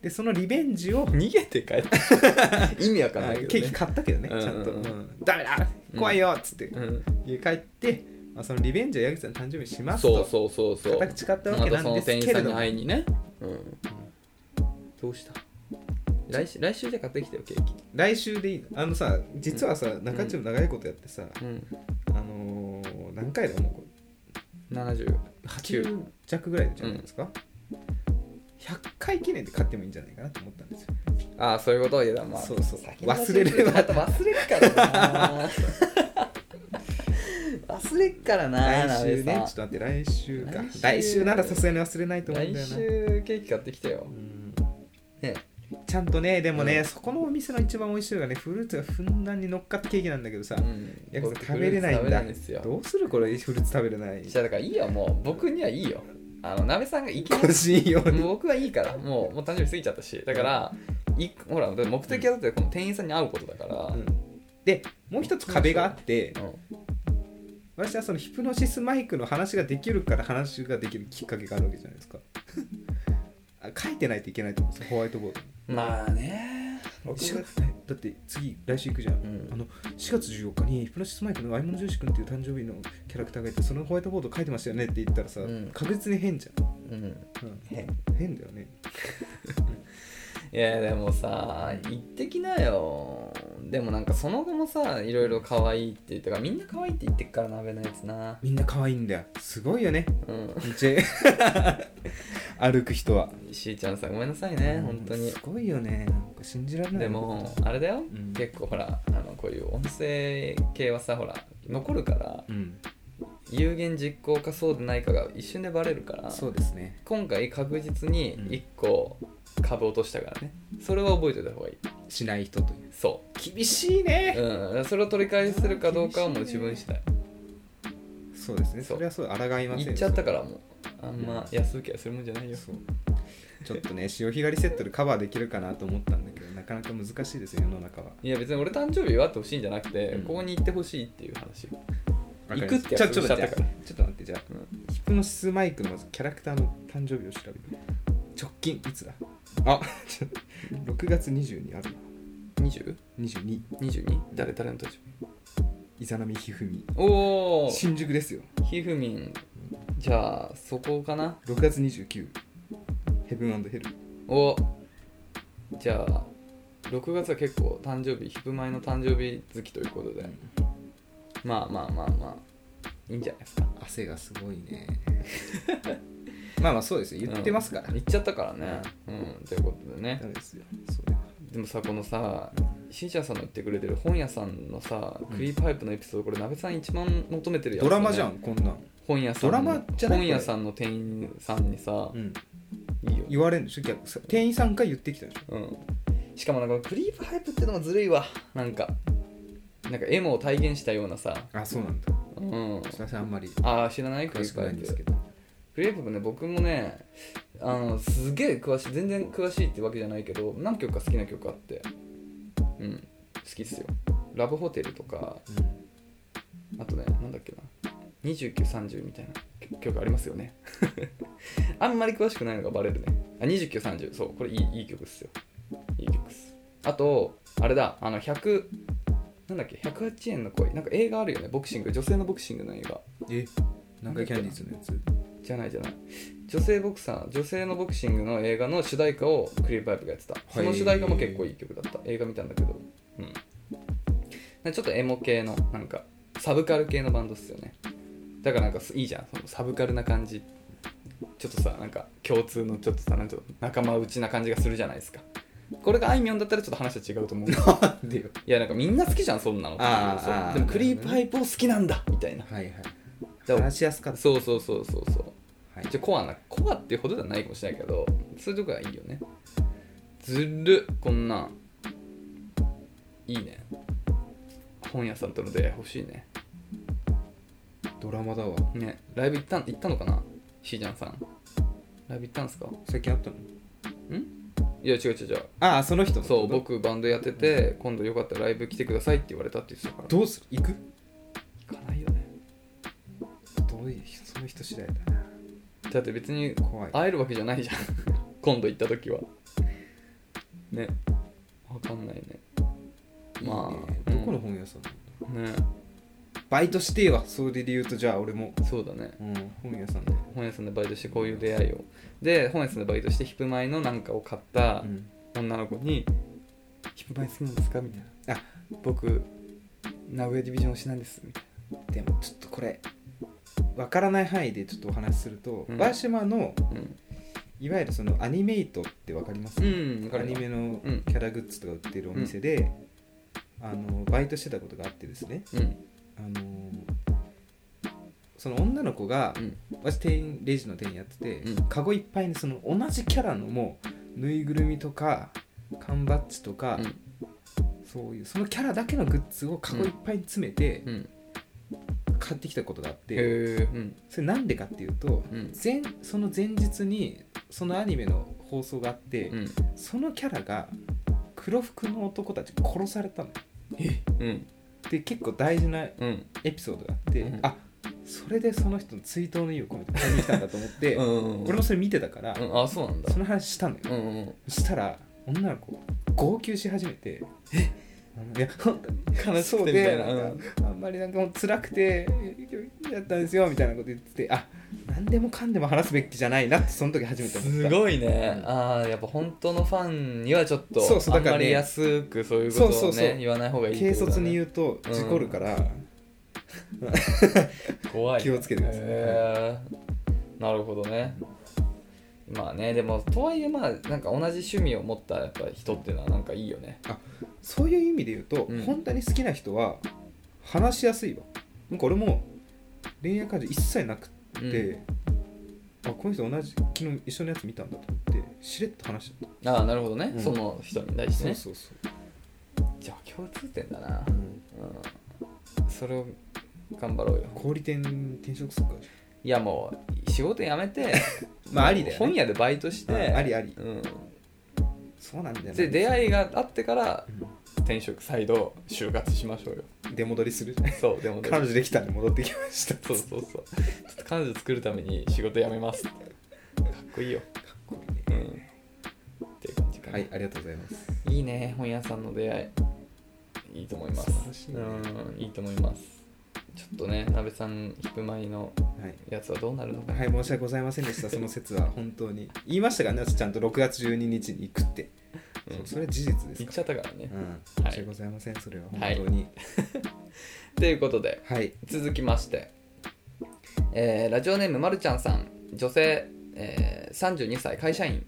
Speaker 1: でそのリベンジを、
Speaker 2: 逃げて帰った意味わかんないけど、ね、
Speaker 1: ケーキ買ったけどね、
Speaker 2: うんうん
Speaker 1: ちゃんと、
Speaker 2: う
Speaker 1: うんんダメだ怖いよっつって、
Speaker 2: うん、
Speaker 1: 家帰って、まあ、そのリベンジは矢口さんの誕生日にします
Speaker 2: そ
Speaker 1: と
Speaker 2: うそうそうそう
Speaker 1: 固く誓ったわけなんですけ
Speaker 2: またその店員
Speaker 1: れ
Speaker 2: さん
Speaker 1: ど
Speaker 2: に
Speaker 1: も、
Speaker 2: 会いにね、うん、どうした来週来週じゃ買ってきてよケーキ
Speaker 1: 来週でいいのあのさ実はさ、中中長いことやってさ、
Speaker 2: うん
Speaker 1: あのー何回だも
Speaker 2: 70
Speaker 1: う80弱ぐらいじゃないですか、100回記念で買ってもいいんじゃないかなと思ったんですよ
Speaker 2: ああそういうことを言えたまあ
Speaker 1: そうそう
Speaker 2: 先延ば
Speaker 1: 忘
Speaker 2: し
Speaker 1: れれば
Speaker 2: また忘れっ (laughs) からな忘れっからな
Speaker 1: 来週ね
Speaker 2: 鍋
Speaker 1: ちょ
Speaker 2: さ
Speaker 1: っ
Speaker 2: ん
Speaker 1: と待って来週か
Speaker 2: 来
Speaker 1: 来
Speaker 2: 週
Speaker 1: 週ならさすがに忘れないと思うん
Speaker 2: 来
Speaker 1: だよな
Speaker 2: 週ケーキ買ってきてよ
Speaker 1: うん
Speaker 2: ね
Speaker 1: ちゃんとねでもね、
Speaker 2: うん
Speaker 1: そこのお店の一番美味しいのがねフルーツがふんだんに乗っかったケーキなんだけどさ、
Speaker 2: うん
Speaker 1: いや
Speaker 2: 僕
Speaker 1: 食べれない
Speaker 2: フルーツ食
Speaker 1: ん
Speaker 2: べ
Speaker 1: だ
Speaker 2: ですよ
Speaker 1: どうするこれフルーツ食べれない
Speaker 2: じゃあだからいいよもう僕にはいいよあの鍋さんが行き
Speaker 1: 個人用 (laughs)
Speaker 2: もう
Speaker 1: に
Speaker 2: 僕はいいからもうもう誕生日過ぎちゃったしだからいほらだって目的はだってこの店員さんに会うことだから、
Speaker 1: うんでもう一つ壁があって
Speaker 2: う
Speaker 1: 私はそのヒプノシスマイクの話ができるから話ができるきっかけがあるわけじゃないです (laughs) かあ書いてないといけないと思うんですよホワイトボー (laughs) ドに
Speaker 2: んまあね
Speaker 1: 四月だって次来週行くじゃん、
Speaker 2: うん
Speaker 1: あの4月14日にヒプノシスマイクの「相物重視君」っていう誕生日のキャラクターがいてそのホワイトボード書いてましたよねって言ったらさ、
Speaker 2: うん
Speaker 1: 確実に変じゃ
Speaker 2: うん
Speaker 1: ん、うん
Speaker 2: 変
Speaker 1: 変だよね
Speaker 2: いやでもさ行ってきなよでもなんかその後もさいろいろ可愛いって言ってからみんな可愛いって言ってっから鍋のやつな
Speaker 1: みんな可愛いんだよすごいよね
Speaker 2: う
Speaker 1: 道
Speaker 2: (laughs)
Speaker 1: 歩く人は
Speaker 2: んしーちゃんさんごめんなさいね本当に
Speaker 1: すごいよねなんか信じられない
Speaker 2: でもあれだよ、
Speaker 1: うん
Speaker 2: 結構ほらあのこういう音声系はさほら残るから
Speaker 1: うん
Speaker 2: 有言実行かそうでないかが一瞬でバレるから
Speaker 1: そうですね
Speaker 2: 今回確実に
Speaker 1: うん
Speaker 2: 1個株落としたからねそれは覚えておいた方がいい
Speaker 1: しない人という
Speaker 2: そ
Speaker 1: 厳しいね
Speaker 2: う、うん、それを取り返せるかどうかはもう自分次第
Speaker 1: そうですね
Speaker 2: そう
Speaker 1: それはそう抗いません
Speaker 2: 行っちゃったかららもうあんま安請け合いするもんじゃないよ
Speaker 1: そうちょっとね潮干狩りセットでカバーできるかなと思ったんだけどなかなか難しいですよ世の中はい
Speaker 2: や別に俺誕生日祝ってほしいんじゃなくて、
Speaker 1: うん
Speaker 2: ここに行ってほしいっていう話行くって
Speaker 1: ちょ
Speaker 2: 約
Speaker 1: ちょ
Speaker 2: 束
Speaker 1: っと
Speaker 2: しち
Speaker 1: 待
Speaker 2: ゃった
Speaker 1: って
Speaker 2: か
Speaker 1: ちょ
Speaker 2: ら
Speaker 1: っと待ってじゃあ、ヒプノシスマイクのキャラクターの誕生日を調べる直近いつだ (laughs) あちょっと6月22ある
Speaker 2: 20?22?
Speaker 1: な22
Speaker 2: 誰誰の誕生日
Speaker 1: イザナミひふみ
Speaker 2: おお
Speaker 1: 新宿ですよ
Speaker 2: ひふみんじゃあそこかな
Speaker 1: 6月29ヘブンヘル
Speaker 2: おじゃあ6月は結構誕生日ひぶまいの誕生日月ということで、まあまあまあまあいいんじゃないですか
Speaker 1: 汗がすごいね (laughs) まあまあそうですよ言ってますから、
Speaker 2: うん言っちゃったからねうんということでね
Speaker 1: ダメですよそれは
Speaker 2: でもさこのさしーちゃんさんの言ってくれてる本屋さんのさ
Speaker 1: うん
Speaker 2: クリーパイプのエピソードこれ鍋さん一番求めてるやつ、
Speaker 1: ドラマじゃん、こんなん、
Speaker 2: 本屋さん
Speaker 1: ドラマじゃない
Speaker 2: 本屋さんの店員さんにさ、いいよ
Speaker 1: 言われるんでしょ逆さ店員さんが言ってきたでしょ
Speaker 2: うん、しかもなんかクリープハイプってのがずるいわなんかなんかエモを体現したようなさ、
Speaker 1: あそうなんだ
Speaker 2: うん、
Speaker 1: すいませんあんまり
Speaker 2: ああ知らないク
Speaker 1: 詳
Speaker 2: リ
Speaker 1: しく
Speaker 2: ープハ
Speaker 1: ない
Speaker 2: イ
Speaker 1: んで
Speaker 2: プ
Speaker 1: すけど
Speaker 2: クリープハイプね僕もねあのすげえ詳しい全然詳しいってわけじゃないけど何曲か好きな曲あってうん好きっすよラブホテルとかあとねなんだっけな2930みたいな曲ありますよね (laughs) あんまり詳しくないのがバレるねあ2930そうこれいいいい曲っすよいい曲っすあとあれだあの100なんだっけ108円の恋なんか映画あるよねボクシング女性のボクシングの映画
Speaker 1: え南海キャンディーズのやつ
Speaker 2: じゃないじゃない女性ボクサー女性のボクシングの映画の主題歌をクリープハイプがやってたその主題歌も結構いい曲だった映画見たんだけどうんでちょっとエモ系のなんかサブカル系のバンドっすよねだからなんかすいいじゃんそのサブカルな感じちょっとさなんか共通のちょっとさなんていうの仲間内な感じがするじゃないですかこれがあいみょんだったらちょっと話は違うと思
Speaker 1: (laughs)
Speaker 2: うい
Speaker 1: なんでよ
Speaker 2: やなんかみんな好きじゃんそんなの
Speaker 1: あー
Speaker 2: そう
Speaker 1: あー
Speaker 2: でもクリープハイプを好きなんだみたいな
Speaker 1: はいはい
Speaker 2: だから
Speaker 1: 話しやすかった
Speaker 2: そうそうそうそうそう
Speaker 1: はい
Speaker 2: じゃコアなコアっていうほどじゃないかもしれないけどそういうとこはいいよねずるっこんなんいいね本屋さんとの出会い欲しいね
Speaker 1: ドラマだわ
Speaker 2: ねライブ行ったん行ったのかなしーちゃんさんライブ行ったんすか
Speaker 1: 最近あったの
Speaker 2: いや違う違う違う
Speaker 1: ああその人の
Speaker 2: そう僕バンドやってて今度よかったらライブ来てくださいって言われたって言ってたから
Speaker 1: どうする行く
Speaker 2: 行かないよね
Speaker 1: どういう人その人次第だな
Speaker 2: だって別に
Speaker 1: 怖い
Speaker 2: 会えるわけじゃないじゃん (laughs) 今度行った時はねわかんないねま
Speaker 1: いい
Speaker 2: あ
Speaker 1: ねどこの本屋さん
Speaker 2: うんね
Speaker 1: バイトしてえわそれで言うとじゃあ俺も
Speaker 2: そうだね
Speaker 1: うん本屋さんで
Speaker 2: 本屋さんでバイトしてこういう出会いをで本屋さんでバイトしてヒプマイのなんかを買った
Speaker 1: うん
Speaker 2: 女の子に「ヒップマイ好きなんですか?」みたいな「あ僕名古屋ディビジョン推しなんです」みたい
Speaker 1: でもちょっとこれわからない範囲でちょっとお話しすると、
Speaker 2: うん
Speaker 1: ワーシマの
Speaker 2: なうん
Speaker 1: いわゆるそのアニメイトってわかります、
Speaker 2: うんわか
Speaker 1: ア
Speaker 2: る
Speaker 1: ニメの
Speaker 2: うん
Speaker 1: キャラグッズとか売ってるお店で、あのバイトしてたことがあってですね
Speaker 2: うん
Speaker 1: あのその女の子が、
Speaker 2: うん
Speaker 1: 私店員レジの店員やってて、
Speaker 2: うん
Speaker 1: カゴいっぱいにその同じキャラのもうぬいぐるみとか缶バッジとか、
Speaker 2: うん
Speaker 1: そういうそのキャラだけのグッズをカゴいっぱいに詰めて
Speaker 2: うん
Speaker 1: 買ってきたことがあって、
Speaker 2: へえうん
Speaker 1: それなんでかっていうと
Speaker 2: うん
Speaker 1: 前その前日にそのアニメの放送があって、
Speaker 2: うん
Speaker 1: そのキャラが黒服の男たちに殺されたのよ
Speaker 2: うん
Speaker 1: で結構大事な
Speaker 2: うん
Speaker 1: エピソードがあって、
Speaker 2: うん
Speaker 1: あそれでその人の追悼の意を込めて買いに来たんだと思って、
Speaker 2: うんうん
Speaker 1: 俺もそれ見てたから、
Speaker 2: うんあそうなんだ
Speaker 1: その話したのよ、
Speaker 2: うんうん
Speaker 1: そしたら女の子号泣し始めてえいや本当に
Speaker 2: 悲し
Speaker 1: そう
Speaker 2: くてみた
Speaker 1: で
Speaker 2: いな
Speaker 1: なんかあんまりなんかもう辛くてやったんですよみたいなこと言っててあ何でもかんでも話すべきじゃないなってその時初めて思った
Speaker 2: すごいね
Speaker 1: う、ん
Speaker 2: ああやっぱ本当のファンにはちょっと
Speaker 1: そうそうだからね
Speaker 2: あんまり安くそういうことをね
Speaker 1: そうそうそう
Speaker 2: 言わない方がいい
Speaker 1: 軽率に
Speaker 2: う
Speaker 1: 言うと事故るから、
Speaker 2: 怖い
Speaker 1: 気をつけてください
Speaker 2: へーなるほどねまあねでもとはいえまあなんか同じ趣味を持ったやっぱ人っていうのはなんかいいよね
Speaker 1: そういう意味で言うと、
Speaker 2: うん
Speaker 1: 本当に好きな人は話しやすいわなんか俺も恋愛感情一切なくっ
Speaker 2: うん
Speaker 1: て、あこの人同じ昨日一緒のやつ見たんだと思ってしれっと話しちゃっ
Speaker 2: ああなるほどね、
Speaker 1: うん
Speaker 2: その人に対
Speaker 1: た
Speaker 2: してね
Speaker 1: そうそうそう、
Speaker 2: じゃあ共通点だな
Speaker 1: う、ん
Speaker 2: うん、それを頑張ろうよ
Speaker 1: 小売店に転職するか
Speaker 2: いやもう仕事辞めて
Speaker 1: (laughs) まあありだよね
Speaker 2: 本屋でバイトして、
Speaker 1: うんありあり
Speaker 2: うん、
Speaker 1: そうなんだよね
Speaker 2: で出会いがあってから
Speaker 1: う
Speaker 2: 転職再度就活しましょ
Speaker 1: (laughs)
Speaker 2: うよ
Speaker 1: ん出戻りする
Speaker 2: そうでも
Speaker 1: 彼女できたんで戻ってきました
Speaker 2: そうそうそうちょっと彼女作るために仕事辞めますかっこいいよ
Speaker 1: かっこいいね
Speaker 2: うんっていう感じか
Speaker 1: (laughs) は
Speaker 2: な、
Speaker 1: いありがとうございます
Speaker 2: いいね本屋さんの出会いいいと思います
Speaker 1: 素晴らしいね
Speaker 2: うんいいと思いますちょっとねなべさんヒップマイの
Speaker 1: はい
Speaker 2: やつはどうなるのかな、
Speaker 1: はい、申し訳ございませんでした、その説は本当に。言いましたからね、私ちゃんと6月12日に行くって。
Speaker 2: うん
Speaker 1: そそれは事実です
Speaker 2: 言っ
Speaker 1: か
Speaker 2: ちゃったからね
Speaker 1: ら。うん、申
Speaker 2: はい
Speaker 1: し訳ございません、それは本当に。
Speaker 2: ということで
Speaker 1: はい、
Speaker 2: 続きまして、えーラジオネームまるちゃんさん女性、えー32歳会社員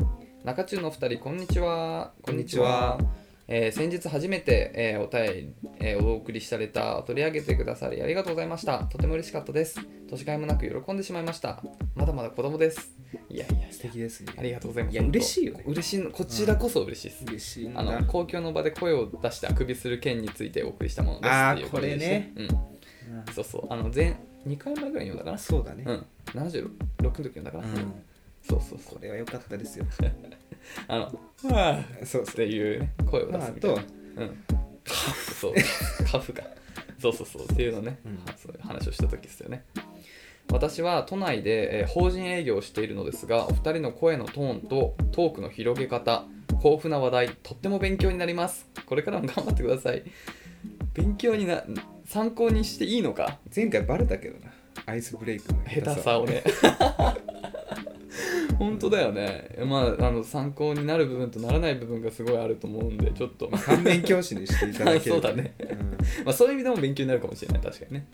Speaker 2: 中中のお二人こんにちは
Speaker 1: こんにちは
Speaker 2: えー先日初めて、えーお便り、えーお送りしたレターを取り上げてくださりありがとうございましたとても嬉しかったです年がいもなく喜んでしまいましたまだまだ子供ですいやいや
Speaker 1: 素敵ですね。
Speaker 2: ありがとうございます
Speaker 1: いや嬉しいよね
Speaker 2: 嬉しいのこちらこそ嬉しいです、
Speaker 1: 嬉しいんだ。
Speaker 2: あの公共の場で声を出してあくびする件についてお送りしたものです
Speaker 1: あー
Speaker 2: っていう感じでした
Speaker 1: こ
Speaker 2: うんそうそう、あの前2回前ぐらいに読んだか
Speaker 1: うん
Speaker 2: な。
Speaker 1: そうだね、
Speaker 2: うん、76の時読んだか
Speaker 1: う
Speaker 2: ら、
Speaker 1: ん
Speaker 2: そうそうそ
Speaker 1: こ
Speaker 2: う。
Speaker 1: れは良かったです
Speaker 2: (laughs)
Speaker 1: よ。
Speaker 2: あの、はぁ
Speaker 1: そう
Speaker 2: っていう声を
Speaker 1: ま
Speaker 2: 出
Speaker 1: あ、あ
Speaker 2: すみたい
Speaker 1: と
Speaker 2: な。、うん。カフ、そう、カフか。そうそうそう、っていうのね、
Speaker 1: うん
Speaker 2: はそういう話をした時ですよね。私は都内で、えー法人営業をしているのですが、お二人の声のトーンとトークの広げ方、豊富な話題、とっても勉強になります。これからも頑張ってください。勉強にな、参考にしていいのか
Speaker 1: 前回バレたけどな、アイスブレイクの
Speaker 2: 下手さをね (laughs) 本当だよねまああの参考になる部分とならない部分がすごいあると思うんでちょっと、ま
Speaker 1: 反面教師にしていただける
Speaker 2: (laughs) そうだね
Speaker 1: うん
Speaker 2: あ、そういう意味でも勉強になるかもしれない確かにね、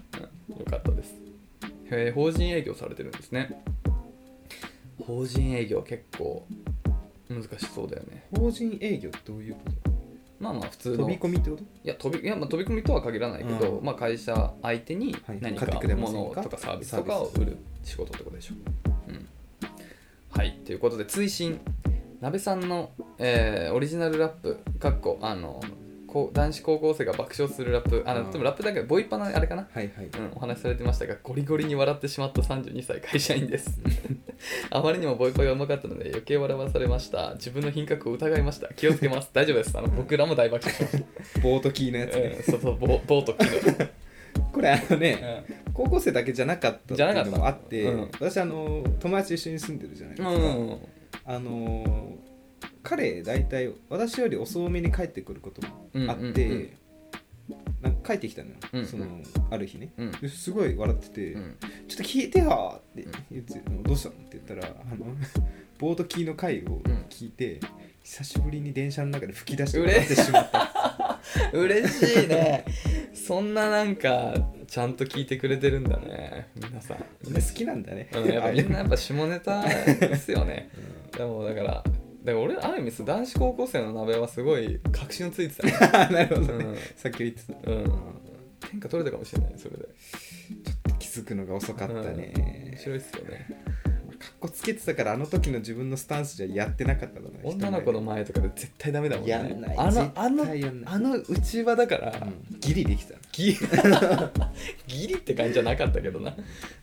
Speaker 2: うん、よかったですへえ法人営業されてるんですね法人営業結構難しそうだよね
Speaker 1: 法人営業ってどういうこと
Speaker 2: まあまあ普通の
Speaker 1: 飛び込みってこと
Speaker 2: いや飛びいや、まあ、飛び込みとは限らないけど、
Speaker 1: うん
Speaker 2: まあ、会社相手に
Speaker 1: はい
Speaker 2: 何か
Speaker 1: 買ってくれませんか
Speaker 2: 物とかサービスとかを売る仕事ってことでしょう、うん、はいということで追伸鍋さんの、えーオリジナルラップかっこあのこう男子高校生が爆笑するラップあの、
Speaker 1: うん
Speaker 2: でもラップだけどボイパのあれかな
Speaker 1: はいはい。
Speaker 2: うん、お話しされてましたがゴリゴリに笑ってしまった32歳会社員です (laughs) あまりにもボイパがうまかったので余計笑わされました自分の品格を疑いました気をつけます大丈夫ですあの僕らも大爆笑しました
Speaker 1: ボートキーのやつね。
Speaker 2: うんそうそうボボート着る、
Speaker 1: これあのね、高校生だけじゃなかったっていうのもあって
Speaker 2: じゃなかっ
Speaker 1: 私あの友達一緒に住んでるじゃないで
Speaker 2: う
Speaker 1: すか、
Speaker 2: ん、
Speaker 1: あの彼大体私より遅めに帰ってくることもあって、
Speaker 2: うんうんうん
Speaker 1: なんか帰ってきたのよ、
Speaker 2: うんうん
Speaker 1: そのある日ね
Speaker 2: うん
Speaker 1: ですごい笑ってて、
Speaker 2: うん、
Speaker 1: ちょっと聞いてよ!」 (laughs) って言って、どうしたの?」って言ったらあのボートキーの回を聞いて、久しぶりに電車の中で吹き出して
Speaker 2: うれ
Speaker 1: 笑ってしまった
Speaker 2: 嬉しいねそんななんかちゃんと聞いてくれてるんだね皆さん
Speaker 1: みんな好きなんだね
Speaker 2: (laughs) うんやっぱ
Speaker 1: あ
Speaker 2: みんな
Speaker 1: れ
Speaker 2: やっぱ下ネタですよねでもだからでも俺ある意味そう男子高校生の鍋はすごい確信をついてたね
Speaker 1: (laughs) なるほどね、
Speaker 2: うん
Speaker 1: さっき言ってた
Speaker 2: うん天下取れたかもしれないそれで
Speaker 1: 気づくのが遅かった
Speaker 2: 面
Speaker 1: ね、
Speaker 2: 白いっすよね
Speaker 1: かっこつけてたからあの時の自分のスタンスじゃやってなかっただろうね
Speaker 2: 女の子の前とかで絶対ダメだもんね
Speaker 1: やんない
Speaker 2: あの
Speaker 1: 絶対
Speaker 2: あの
Speaker 1: やんない
Speaker 2: あの内輪だから、
Speaker 1: うんギリできたちょ
Speaker 2: ギリギリって感じじゃなかったけどな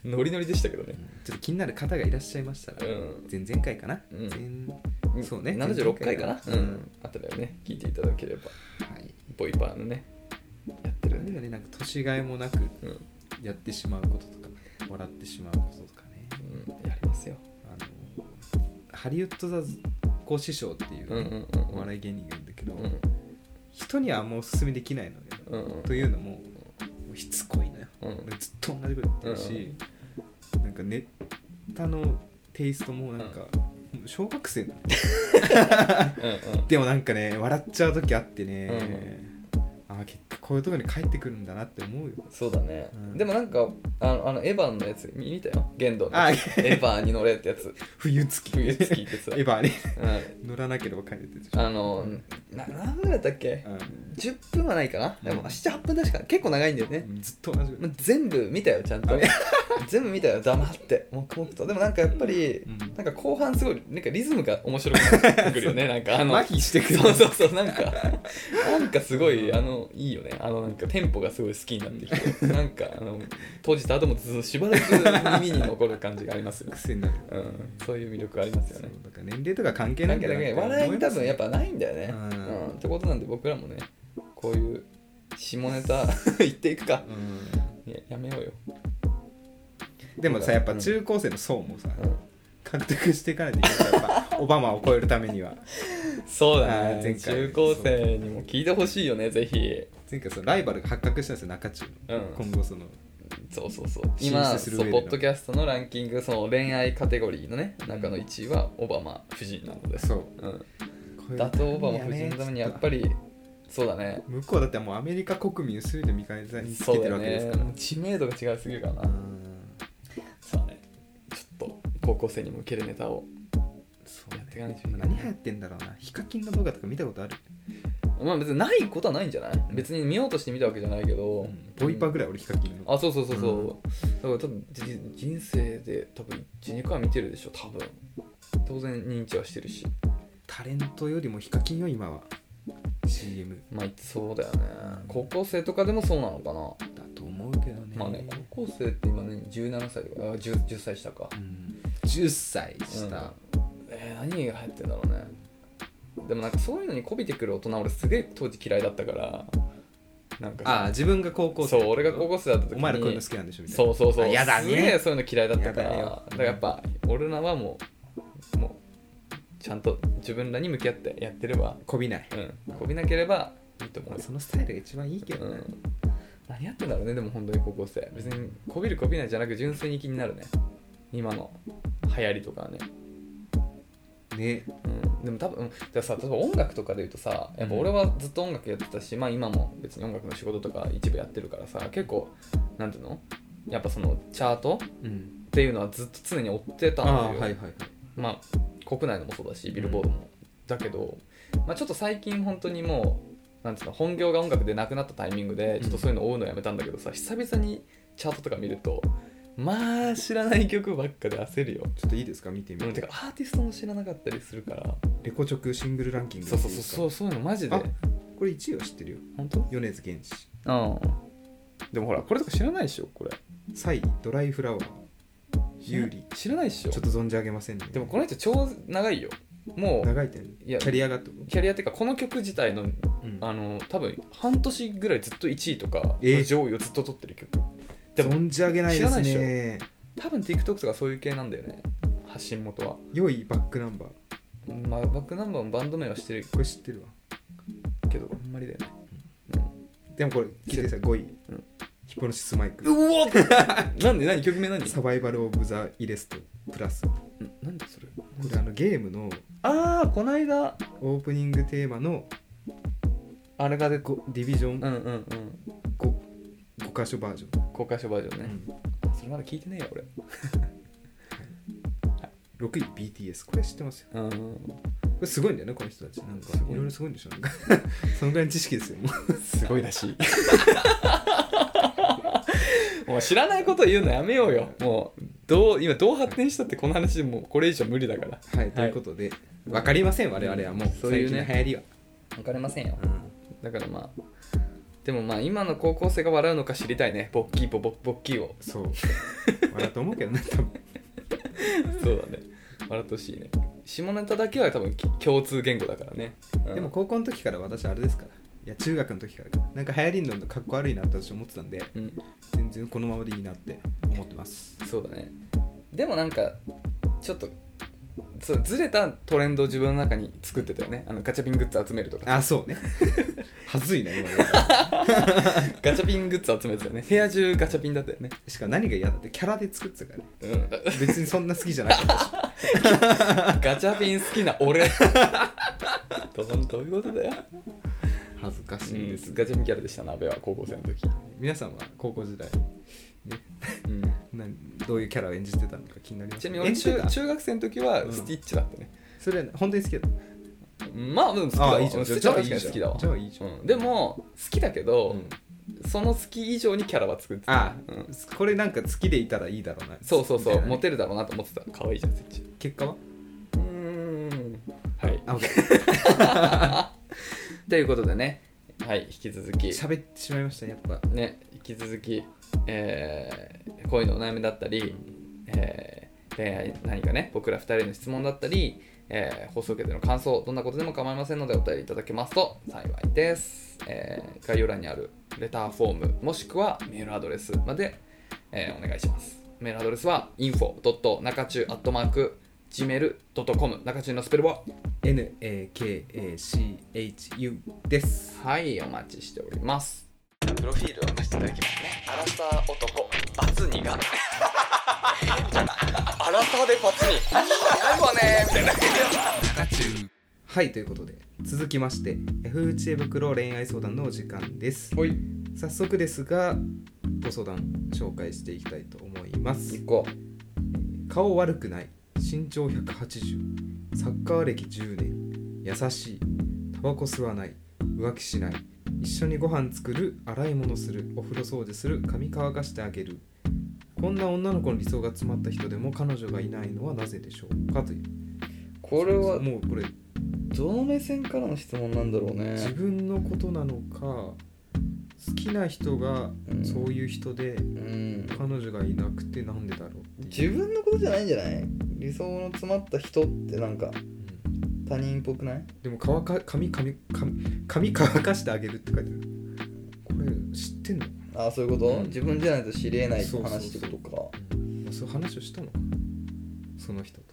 Speaker 2: ノリノリでしたけどね
Speaker 1: っと気になる方がいらっしゃいましたら、
Speaker 2: うん
Speaker 1: 前々回かな、
Speaker 2: うん
Speaker 1: 前そうね
Speaker 2: 76回かな
Speaker 1: 前々回かなう
Speaker 2: う
Speaker 1: ん
Speaker 2: んあとだよね聞いていただければ
Speaker 1: はい
Speaker 2: ボイパーのねやってるんで
Speaker 1: ねなんか年がいもなく
Speaker 2: うん、うん、
Speaker 1: やってしまうこととか笑ってしまうこととかね
Speaker 2: やりますよ
Speaker 1: あのハリウッドザコ師匠っていう
Speaker 2: うん
Speaker 1: ね、
Speaker 2: うんうん
Speaker 1: お笑い芸人がいるんだけど、
Speaker 2: うん
Speaker 1: 人にはあんまおすすめできないのね、
Speaker 2: うんうん
Speaker 1: というのももうしつこいのよ、
Speaker 2: うん
Speaker 1: ずっと同じこと言ってるし、なんかネタのテイストもなんか、もう小学生なの
Speaker 2: うん
Speaker 1: でもなんかね笑っちゃう時あってね、ああ結構こういうところに帰ってくるんだなって思うよ
Speaker 2: そうだね、
Speaker 1: うん
Speaker 2: でもなんかあのあのエヴァンのやつ見見たよ玄度の
Speaker 1: あ
Speaker 2: エヴァに乗れってやつ
Speaker 1: (laughs) 冬月
Speaker 2: 冬月ってさ
Speaker 1: (laughs) エヴァに
Speaker 2: うん
Speaker 1: 乗らなければ帰れてるでしょ
Speaker 2: あのな何分だったっけ
Speaker 1: うん
Speaker 2: 10分はないかな、でも
Speaker 1: うん
Speaker 2: 78分確か結構長いんだよね、
Speaker 1: ずっと同じこと
Speaker 2: まあ全部見たよちゃんと
Speaker 1: あれ
Speaker 2: (laughs) 全部見たよ黙って黙々とでもなんかやっぱり、
Speaker 1: うん
Speaker 2: なんか後半すごいなんかリズムが面白くなってくる
Speaker 1: (laughs)
Speaker 2: よねなんかあの
Speaker 1: 麻痺してくる
Speaker 2: そうそうそうなんかなんかすごいあのいいよねあのなんかテンポがすごい好きになってき
Speaker 1: (laughs)
Speaker 2: てなんかあの閉じた後もずっとしばらく耳に残る感じがありますよ、
Speaker 1: 癖になる
Speaker 2: うん、そういう魅力があります
Speaker 1: そう
Speaker 2: よね
Speaker 1: だから年齢とか関係な
Speaker 2: ないん
Speaker 1: ん
Speaker 2: か
Speaker 1: だなって
Speaker 2: ね
Speaker 1: 思い
Speaker 2: 笑いに多分やっ
Speaker 1: ぱ
Speaker 2: ぱないんだよね。
Speaker 1: うん
Speaker 2: うんってことなんで僕らもねこういう下ネタ (laughs) 言っていくかややめようよ。
Speaker 1: でもさやっぱ中高生の層もさ獲得していかないといけないやっぱ (laughs) オバマを超えるためには
Speaker 2: そうだ
Speaker 1: あー前
Speaker 2: ね
Speaker 1: 回
Speaker 2: 中高生にも聞いてほしいよねぜひ。
Speaker 1: 前回そのライバルが発覚したんですよ中中の、
Speaker 2: うん
Speaker 1: 今後その
Speaker 2: そうそうそう
Speaker 1: 進出
Speaker 2: 今
Speaker 1: す
Speaker 2: そ
Speaker 1: る
Speaker 2: う
Speaker 1: 上での
Speaker 2: ポッドキャストのランキングその恋愛カテゴリーのね中の1位はオバマ夫人なのです。
Speaker 1: そう
Speaker 2: うん
Speaker 1: 超える
Speaker 2: 打
Speaker 1: ために
Speaker 2: 倒オ
Speaker 1: はね
Speaker 2: バマ夫人のためにやっぱりそうだね。
Speaker 1: 向こうだってもうアメリカ国民を全て味方につ
Speaker 2: そ
Speaker 1: け
Speaker 2: う
Speaker 1: て
Speaker 2: だ
Speaker 1: るわ
Speaker 2: よ
Speaker 1: けです
Speaker 2: ね
Speaker 1: から、。
Speaker 2: もう知名度が違いすぎるからな
Speaker 1: う。ん
Speaker 2: そうだね。ちょっと高校生にも受けるネタを。
Speaker 1: そう
Speaker 2: やってい
Speaker 1: ね
Speaker 2: かないといけ
Speaker 1: 今
Speaker 2: ない
Speaker 1: 何流行ってんだろうなヒカキンの動画とか見たことある、
Speaker 2: まあ別にないことはないんじゃない別に見ようとして見たわけじゃないけど、
Speaker 1: ボイパぐら
Speaker 2: らい
Speaker 1: い俺ヒカキンの
Speaker 2: あそうそうそうそう、
Speaker 1: うん
Speaker 2: だから多分じ人生で多分12回は見てるでしょ多分当然認知はしてるし
Speaker 1: タレントよりもヒカキンよ今は CM
Speaker 2: まあそうだよね高校生とかでもそうなのかな、
Speaker 1: だと思うけどね
Speaker 2: まあね高校生って今ね17歳とかあ 10, 10歳したか
Speaker 1: うん、10歳
Speaker 2: う
Speaker 1: 下
Speaker 2: ん、えー何が流行ってんだろうねでもなんかそういうのに媚びてくる大人俺すげえ当時嫌いだったからなんか
Speaker 1: ああ自分が高校生
Speaker 2: そう俺が高校生だった時に
Speaker 1: お前らこういうの好きなんでしょみたい
Speaker 2: そ
Speaker 1: な
Speaker 2: うそうそう
Speaker 1: あやだね
Speaker 2: すげえそういうの嫌いだったから
Speaker 1: や
Speaker 2: だ
Speaker 1: だよ
Speaker 2: からやっぱ俺らはもうもうちゃんと自分らに向き合ってやってれば
Speaker 1: こびない、
Speaker 2: うんこびなければいいと思
Speaker 1: ま
Speaker 2: う
Speaker 1: あ
Speaker 2: よ
Speaker 1: そのスタイルが一番いいけど
Speaker 2: う
Speaker 1: ね、
Speaker 2: ん、何やってんだろうねでも本当に高校生別にこびるこびないじゃなく純粋に気になるね今の流行りとかはね、
Speaker 1: ね
Speaker 2: うん、でも多分うんだからさ例えば音楽とかで言うとさやっぱ俺はずっと音楽やってたし、まあ今も別に音楽の仕事とか一部やってるからさ結構なんていうのやっぱそのチャート
Speaker 1: うん
Speaker 2: っていうのはずっと常に追ってたんだよ
Speaker 1: ああはいはいはい
Speaker 2: まあ国内のもそうだしビルボードも、だけど、まあ、ちょっと最近本当にもうなんていうの本業が音楽でなくなったタイミングでちょっとそういうのを追うのやめたんだけどさ、久々にチャートとか見るとまあ知らない曲ばっかで焦るよ。
Speaker 1: ちょっといいですか見てみ
Speaker 2: うん、て
Speaker 1: て
Speaker 2: かアーティストも知らなかったりするから
Speaker 1: レコチョクシングルランキング
Speaker 2: そうそうそうそううそういうのマジで
Speaker 1: あこれ1位は知ってるよ
Speaker 2: 本当うん
Speaker 1: 米津玄師
Speaker 2: でもほらこれとか知らないでしょこれ
Speaker 1: 3位ドライフラワー有利
Speaker 2: 知らないでしょ
Speaker 1: ちょっと存じ上げませんね
Speaker 2: でもこの人超長いよもう
Speaker 1: 長いってね
Speaker 2: いや
Speaker 1: キャリアがってこと
Speaker 2: キャリアっていうかこの曲自体の
Speaker 1: うん
Speaker 2: あの多分半年ぐらいずっと1位とか
Speaker 1: え
Speaker 2: 上位をずっと取ってる曲でも
Speaker 1: 存じ上げないです
Speaker 2: 知ら
Speaker 1: ね
Speaker 2: 多分 TikTok とかそういう系なんだよね発信元は、
Speaker 1: 良いバックナンバー
Speaker 2: まあ、バックナンバーもバンド名はしてる
Speaker 1: これ知ってるわ
Speaker 2: けどあんまりだよね
Speaker 1: でもこれ聞いてさ5位、
Speaker 2: うん
Speaker 1: ヒップノシスマイク
Speaker 2: うおなんで何曲名何
Speaker 1: サバイバル・オブ・ザ・イレストプラス
Speaker 2: んなんでそれ
Speaker 1: これあのゲームの
Speaker 2: ああこの間
Speaker 1: オープニングテーマの
Speaker 2: あれがで
Speaker 1: ごディビジョン
Speaker 2: うんうんうん
Speaker 1: 5, 5箇所バージョン、
Speaker 2: 公開書バージョン
Speaker 1: う
Speaker 2: ね、
Speaker 1: ん
Speaker 2: それまだ聞いてねえよ俺
Speaker 1: 6位 BTS これ知ってますよ
Speaker 2: うん
Speaker 1: これすごいんだよねこの人たちなんか
Speaker 2: すごい
Speaker 1: いろいろすごいんでしょなんか (laughs) そのぐらいの知識ですよもう
Speaker 2: すごいらしい (laughs) もう知らないこと言うのやめようよもうどう今どう発展したってこの話もうこれ以上無理だから
Speaker 1: はいということで、わかりません我々はもう、
Speaker 2: そういうね
Speaker 1: 最近の流行
Speaker 2: 分かれませんよ
Speaker 1: りは、
Speaker 2: だからまあでもまあ今の高校生が笑うのか知りたいねボッキーボボボッキーを (laughs)
Speaker 1: そう笑うと思うけどね多分
Speaker 2: そうだね笑ってほしいね下ネタだけは多分き共通言語だからね、うん
Speaker 1: でも高校の時から私あれですからいや中学の時からかなんか流行りに乗るのかっこ悪いなって私思ってたんで
Speaker 2: うん
Speaker 1: 全然このままでいいなって思ってます
Speaker 2: そうだねでもなんかちょっとそうずれたトレンドを自分の中に作ってたよねあのガチャピングッズ集めるとか
Speaker 1: あそう (laughs) ねはずいな今の
Speaker 2: ガチャピングッズ集めてたよ (laughs) ね部屋中ガチャピンだったよね
Speaker 1: しかも何が嫌だってキャラで作ってたからね
Speaker 2: うん
Speaker 1: 別にそんな好きじゃなかったし
Speaker 2: ガチャピン好きな (laughs) 俺どどういうことだよ、
Speaker 1: (laughs) 恥ずか
Speaker 2: う
Speaker 1: しい
Speaker 2: ん、
Speaker 1: です、
Speaker 2: ガチャピンキャラでしたな阿部は高校生の時、
Speaker 1: 皆さんは高校時代ね
Speaker 2: うん、
Speaker 1: などういうキャラを演じてたのか気になります
Speaker 2: ちなみに俺
Speaker 1: 演じて
Speaker 2: 中
Speaker 1: た
Speaker 2: 中学生の時はスティッチだったね、
Speaker 1: それ本当に好きだっ
Speaker 2: まあでも好きだ
Speaker 1: た
Speaker 2: わ
Speaker 1: あいいじゃん
Speaker 2: スティッチ
Speaker 1: じゃ
Speaker 2: は
Speaker 1: あいい
Speaker 2: 確
Speaker 1: じゃん
Speaker 2: かに好きだわ
Speaker 1: じゃあいいじゃん、
Speaker 2: うん、でも好きだけど、
Speaker 1: うん
Speaker 2: その好き以上にキャラは作ってた
Speaker 1: あ、
Speaker 2: うん
Speaker 1: これなんか好きでいたらいいだろうな
Speaker 2: そうそうそ
Speaker 1: みたい
Speaker 2: う
Speaker 1: な
Speaker 2: モ
Speaker 1: ね
Speaker 2: テるだろうなと思ってた可愛いじゃんスイッチ
Speaker 1: 結果は
Speaker 2: うーんはい
Speaker 1: あ OK
Speaker 2: ということでねはい引き続き
Speaker 1: 喋ってしまいましたやっぱ
Speaker 2: ね引き続き、えー恋のお悩みだったり、えー恋愛何かね僕ら2人への質問だったり、えー放送受けての感想どんなことでも構いませんのでお便りいただけますと幸いです、えー概要欄にあるレターフォームもしくはメールアドレスまで、えーお願いしますメールアドレスは info.nakachu.gmail.com 中中のスペルは
Speaker 1: NAKACHU です
Speaker 2: はい、お待ちしております。プロフィールを見せていただきますね。アラサー男、バツニが。アラサーでバツニ。ないわねみたいな。
Speaker 1: はいということで続きまして F 知恵袋恋愛相談のお時間です
Speaker 2: ほい、
Speaker 1: 早速ですがご相談紹介していきたいと思います
Speaker 2: 行こ
Speaker 1: 顔悪くない身長180サッカー歴10年優しいタバコ吸わない浮気しない一緒にご飯作る洗い物するお風呂掃除する髪乾かしてあげるこんな女の子の理想が詰まった人でも彼女がいないのはなぜでしょうかという
Speaker 2: う。これは、
Speaker 1: もうこれ
Speaker 2: どの目線からの質問なんだろう
Speaker 1: 自
Speaker 2: ね。
Speaker 1: 分のことなのか好きな人が
Speaker 2: うん
Speaker 1: そういう人で
Speaker 2: うん。
Speaker 1: 彼女がいなくてなんでだろうっていう、
Speaker 2: 分のことじゃないんじゃない理想の詰まった人ってなん
Speaker 1: う
Speaker 2: か
Speaker 1: ん
Speaker 2: 他人っぽくない
Speaker 1: でも乾か髪髪髪髪乾かしてあげるって書いてあるこれ知ってんの、
Speaker 2: ああ、そういうこと
Speaker 1: 自
Speaker 2: 分じゃないと知り得
Speaker 1: ない話ってこと
Speaker 2: か。
Speaker 1: うん、そういう話をしたのかその人と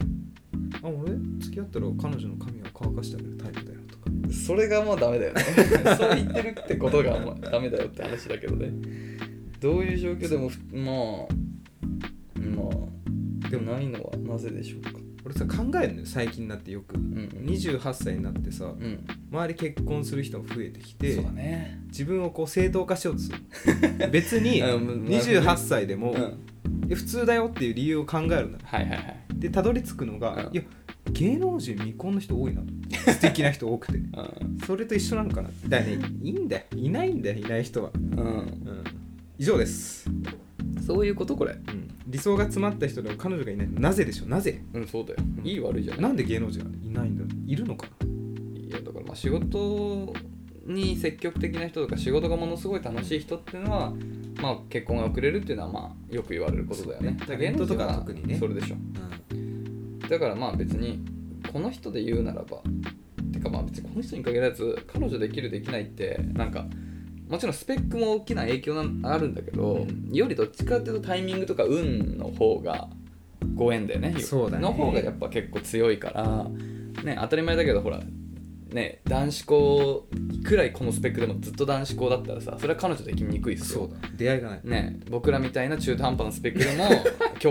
Speaker 1: あ俺付き合ったら彼女の髪は乾かしてあげるタイプだよとか
Speaker 2: それがもうダメだよね (laughs) そう言ってるってことがもうダメだよって話だけどねどういう状況でもふまあまあ
Speaker 1: でも
Speaker 2: ないのはなぜでしょうか
Speaker 1: 俺さ考えるのよ最近になってよく
Speaker 2: うん
Speaker 1: 28歳になってさ
Speaker 2: うん、うん、
Speaker 1: 周り結婚する人が増えてきて
Speaker 2: そうだね
Speaker 1: 自分をこう正当化しようとする別に
Speaker 2: (laughs) うん
Speaker 1: 28歳で
Speaker 2: う
Speaker 1: も、
Speaker 2: ん
Speaker 1: え普通だよっていう理由を考えるんだ
Speaker 2: はいはいはい
Speaker 1: でたどり着くのが、
Speaker 2: うん
Speaker 1: いや芸能人未婚の人多いなと素敵な人多くて (laughs)
Speaker 2: うん
Speaker 1: それと一緒なのかなだからねいいんだよいないんだよいない人は、
Speaker 2: うん
Speaker 1: うん、以上です、
Speaker 2: そういうことこ
Speaker 1: う
Speaker 2: れ
Speaker 1: ん、理想が詰まった人でも彼女がいないなぜでしょうなぜ
Speaker 2: うんそうだよいい悪いじゃない
Speaker 1: なんで芸能人がいないんだろういるのかない
Speaker 2: やだからまあ仕事に積極的な人とか仕事がものすごい楽しい人っていうのはまあ結婚が遅れるっていうのはまあよく言われることだよね
Speaker 1: そうねタレントとかは特にね
Speaker 2: それでしょだからまあ別にこの人で言うならばてかまあ別にこの人に限らず彼女できるできないってなんかもちろんスペックも大きな影響なあるんだけど、
Speaker 1: うん
Speaker 2: よりどっちかっていうとタイミングとか運の方がご縁だよね
Speaker 1: そうだね
Speaker 2: の方がやっぱ結構強いから、ね、当たり前だけどほらね男子校いくらいこのスペックでもずっと男子校だったらさそれは彼女と行きにくいです
Speaker 1: そう
Speaker 2: よ
Speaker 1: だ出会いがない
Speaker 2: ね僕らみたいな中途半端なスペックで
Speaker 1: (laughs)
Speaker 2: も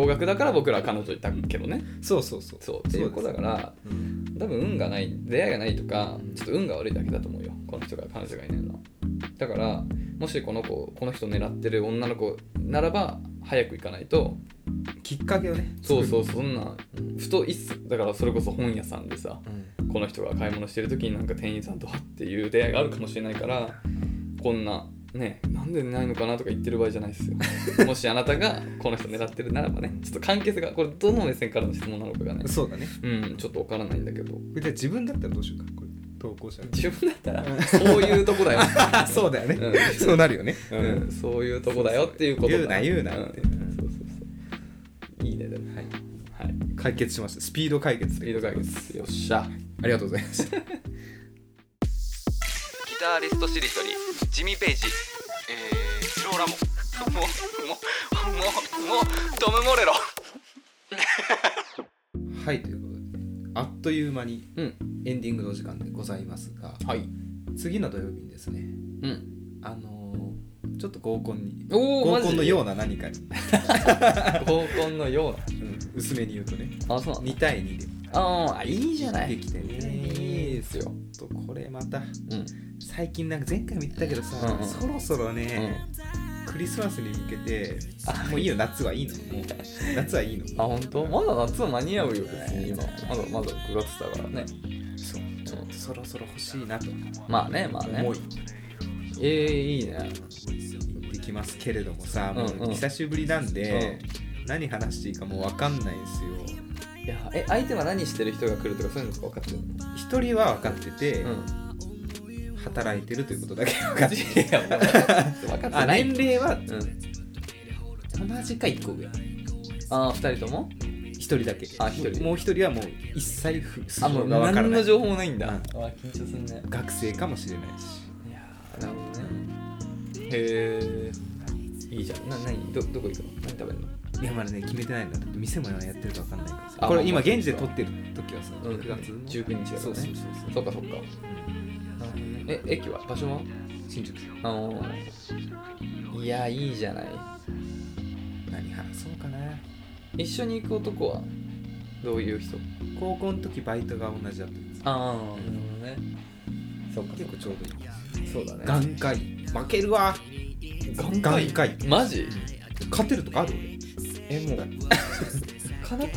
Speaker 2: 驚愕だから僕らは彼女いたけどね
Speaker 1: そうそうそう
Speaker 2: そうっていうことだから
Speaker 1: うん
Speaker 2: 多分運がない出会いがないとか
Speaker 1: うん
Speaker 2: ちょっと運が悪いだけだと思うよこの人が彼女がいないのはだからもしこの子この人狙ってる女の子ならば早く行かないと
Speaker 1: きっかけをね
Speaker 2: そうそう
Speaker 1: 作
Speaker 2: そんなふと一冊だからそれこそ本屋さんでさ
Speaker 1: るうん
Speaker 2: この人が買い物してる時になんか店員さんとはっていう出会いがあるかもしれないからこんなねなんで寝ないのかなとか言ってる場合じゃないですよもしあなたがこの人狙ってるならばねちょっと関係性がこれどの目線からの質問なのかがね
Speaker 1: そうだね
Speaker 2: うんちょっとわからないんだけど
Speaker 1: これじゃあ自分だったらどうしようかこれ投稿者
Speaker 2: 自分だったらそういうとこだよ
Speaker 1: あそうだよね、
Speaker 2: う
Speaker 1: (laughs)
Speaker 2: ん
Speaker 1: そうなるよね、
Speaker 2: (laughs) うん、そういうとこだよっていうこと
Speaker 1: 言うな言うなって
Speaker 2: んそうそうそういいねでも
Speaker 1: はい、
Speaker 2: はい
Speaker 1: 解決しましたスピード解決ス
Speaker 2: スピード解決よっしゃ
Speaker 1: ありがとうございました
Speaker 2: ギタリストしりとりジミー・ペイジえー、スローラモもうもうもうもうトム・モレロ
Speaker 1: はいということであっという間に
Speaker 2: うん
Speaker 1: エンディングのお時間でございますが
Speaker 2: はい
Speaker 1: 次の土曜日にですね
Speaker 2: うん
Speaker 1: あのーちょっと合コンに
Speaker 2: おー
Speaker 1: 合
Speaker 2: マ
Speaker 1: コ
Speaker 2: ジ
Speaker 1: ンのような何かに、
Speaker 2: 合コンのよう
Speaker 1: うん薄めに言うとね
Speaker 2: なあそうなんだ
Speaker 1: 2対2で
Speaker 2: あーいいじゃない
Speaker 1: できてね
Speaker 2: いいですよ
Speaker 1: ちょっとこれまた
Speaker 2: うん
Speaker 1: 最近なんか前回も言ったけどさ、
Speaker 2: うんうん
Speaker 1: そろそろね、クリスマスに向けて
Speaker 2: あ
Speaker 1: もういいよ夏はいいのもう夏はいいの
Speaker 2: あ本当まだ夏は間に合うよ別に今まだまだ9月だからね、
Speaker 1: そうちょっとそろそろ欲しいなと
Speaker 2: まあねまあね
Speaker 1: 思い
Speaker 2: えー、いいね
Speaker 1: 行ってきますけれどもさ、もう
Speaker 2: うんうん
Speaker 1: 久しぶりなんで、何話していいかもう分かんないですよ
Speaker 2: いやえ相手は何してる人が来るとかそういうのとか分かってるの
Speaker 1: 一人は分かってて、
Speaker 2: うん
Speaker 1: 働いてるということだけ分かってる
Speaker 2: (laughs) いや分かって分か (laughs) っ
Speaker 1: (laughs)
Speaker 2: て
Speaker 1: あ
Speaker 2: ない
Speaker 1: 年齢は
Speaker 2: うん
Speaker 1: 同じか1個上
Speaker 2: ああ2人とも
Speaker 1: 一人だけ
Speaker 2: あ一人
Speaker 1: もう一人はもう一切ふ素
Speaker 2: あも
Speaker 1: 性
Speaker 2: う
Speaker 1: が分から
Speaker 2: 何
Speaker 1: な
Speaker 2: の
Speaker 1: い
Speaker 2: 情報もないんだ、
Speaker 1: うん
Speaker 2: あ緊張するね
Speaker 1: 学生かもしれないし
Speaker 2: いやーなるほどねへえいいじゃんな何どどこ行くの何食べるの
Speaker 1: いやまだね決めてないんだだって店もやってるか分かんないからさ
Speaker 2: あ
Speaker 1: これ
Speaker 2: ま
Speaker 1: 今
Speaker 2: あまあ
Speaker 1: 現地で撮ってる時はさ、
Speaker 2: うん
Speaker 1: 9月の
Speaker 2: 19日だからね
Speaker 1: そうそうそうそう
Speaker 2: そっかそっかえ駅は場所は
Speaker 1: 新宿
Speaker 2: あのーいやいいじゃない
Speaker 1: 何話そうかな
Speaker 2: 一緒に行く男はどういう人
Speaker 1: 高校の時バイトが同じだったんですよ
Speaker 2: ああなるほどねそっか
Speaker 1: 結構ちょうどいい
Speaker 2: そうだね
Speaker 1: 眼科医負けるわ
Speaker 2: 眼科医
Speaker 1: 眼科医
Speaker 2: マジ
Speaker 1: 勝てるとかある俺
Speaker 2: えもうかなか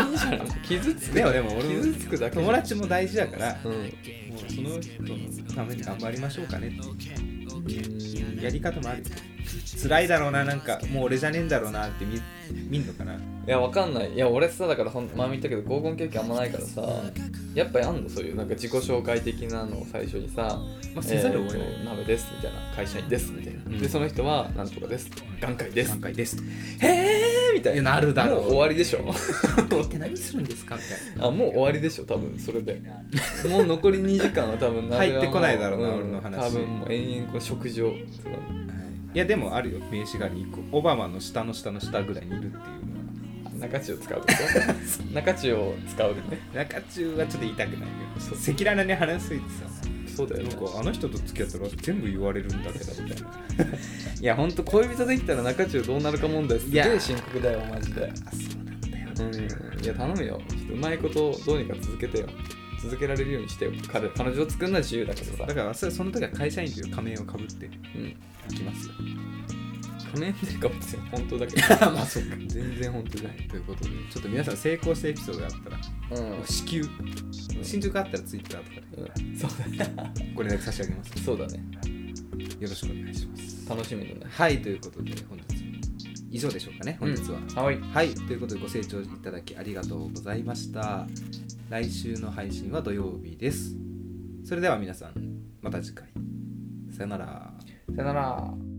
Speaker 2: ないいじゃない傷つく
Speaker 1: でもでも俺も
Speaker 2: 傷つくだけじゃん
Speaker 1: 友達も大事だから
Speaker 2: うん
Speaker 1: もうその人のために頑張りましょうかねっていうやり方もあるよ辛いだろうななんかもう俺じゃねえんだろうなって見見んのかない
Speaker 2: やわかんないいや俺さだからほん前も言ったけど合コン経験あんまないからさやっぱりあんのそういうなんか自己紹介的なのを最初にさ「
Speaker 1: まあせざるを得ない
Speaker 2: えーと鍋です」みたいな「会社員です」みたいな、
Speaker 1: うん
Speaker 2: でその人は「なんとかです」「眼科医です
Speaker 1: 段階ですとか
Speaker 2: 「へえ」みたい
Speaker 1: いや
Speaker 2: な
Speaker 1: なるだろう
Speaker 2: もう終わりでしょ
Speaker 1: って何するんですかみたいな
Speaker 2: あもう終わりでしょ多分それでもう残り2時間は多分鍋はもう
Speaker 1: 入ってこないだろうな
Speaker 2: うん
Speaker 1: 俺の話
Speaker 2: 多分もう延々こう食事をその
Speaker 1: いやでもあるよ名刺が2個オバマの下の下の下ぐらいにいるっていうのは
Speaker 2: 中地を使うってこと (laughs) 中地を使うね
Speaker 1: 中中はちょっと言いたくないけ
Speaker 2: そう
Speaker 1: ど赤裸々に話しすぎてさ
Speaker 2: そうだよ
Speaker 1: な
Speaker 2: ね
Speaker 1: んかあの人と付き合ったら全部言われるんだけどみたいない
Speaker 2: やほんと恋人できたら中中どうなるか問題す
Speaker 1: い
Speaker 2: げえ
Speaker 1: や
Speaker 2: 深刻だよマジで
Speaker 1: あそうなんだよ
Speaker 2: うんいや頼むよちょっとうまいことをどうにか続けてよ続けられるようにしてよ彼彼女を作るのは自由だけどさ
Speaker 1: だからそその時は会社員という仮面をかぶって
Speaker 2: うん
Speaker 1: いきますよ
Speaker 2: 仮面っていうか別に本当だけど (laughs)
Speaker 1: まあそうか
Speaker 2: 全然本当じゃない
Speaker 1: ということでちょっと皆さん成功したエピソードがあったら
Speaker 2: うん
Speaker 1: 至急進捗あったらツイッターとか
Speaker 2: うんそうだね
Speaker 1: でご連絡差し上げますよ
Speaker 2: (laughs) そうだね
Speaker 1: ろしくお願いします
Speaker 2: 楽しみだね
Speaker 1: はいということで本日以上でしょうかね本日は、
Speaker 2: はい
Speaker 1: はいということでご清聴いただきありがとうございました来週の配信は土曜日ですそれでは皆さんまた次回さよなら
Speaker 2: さよなら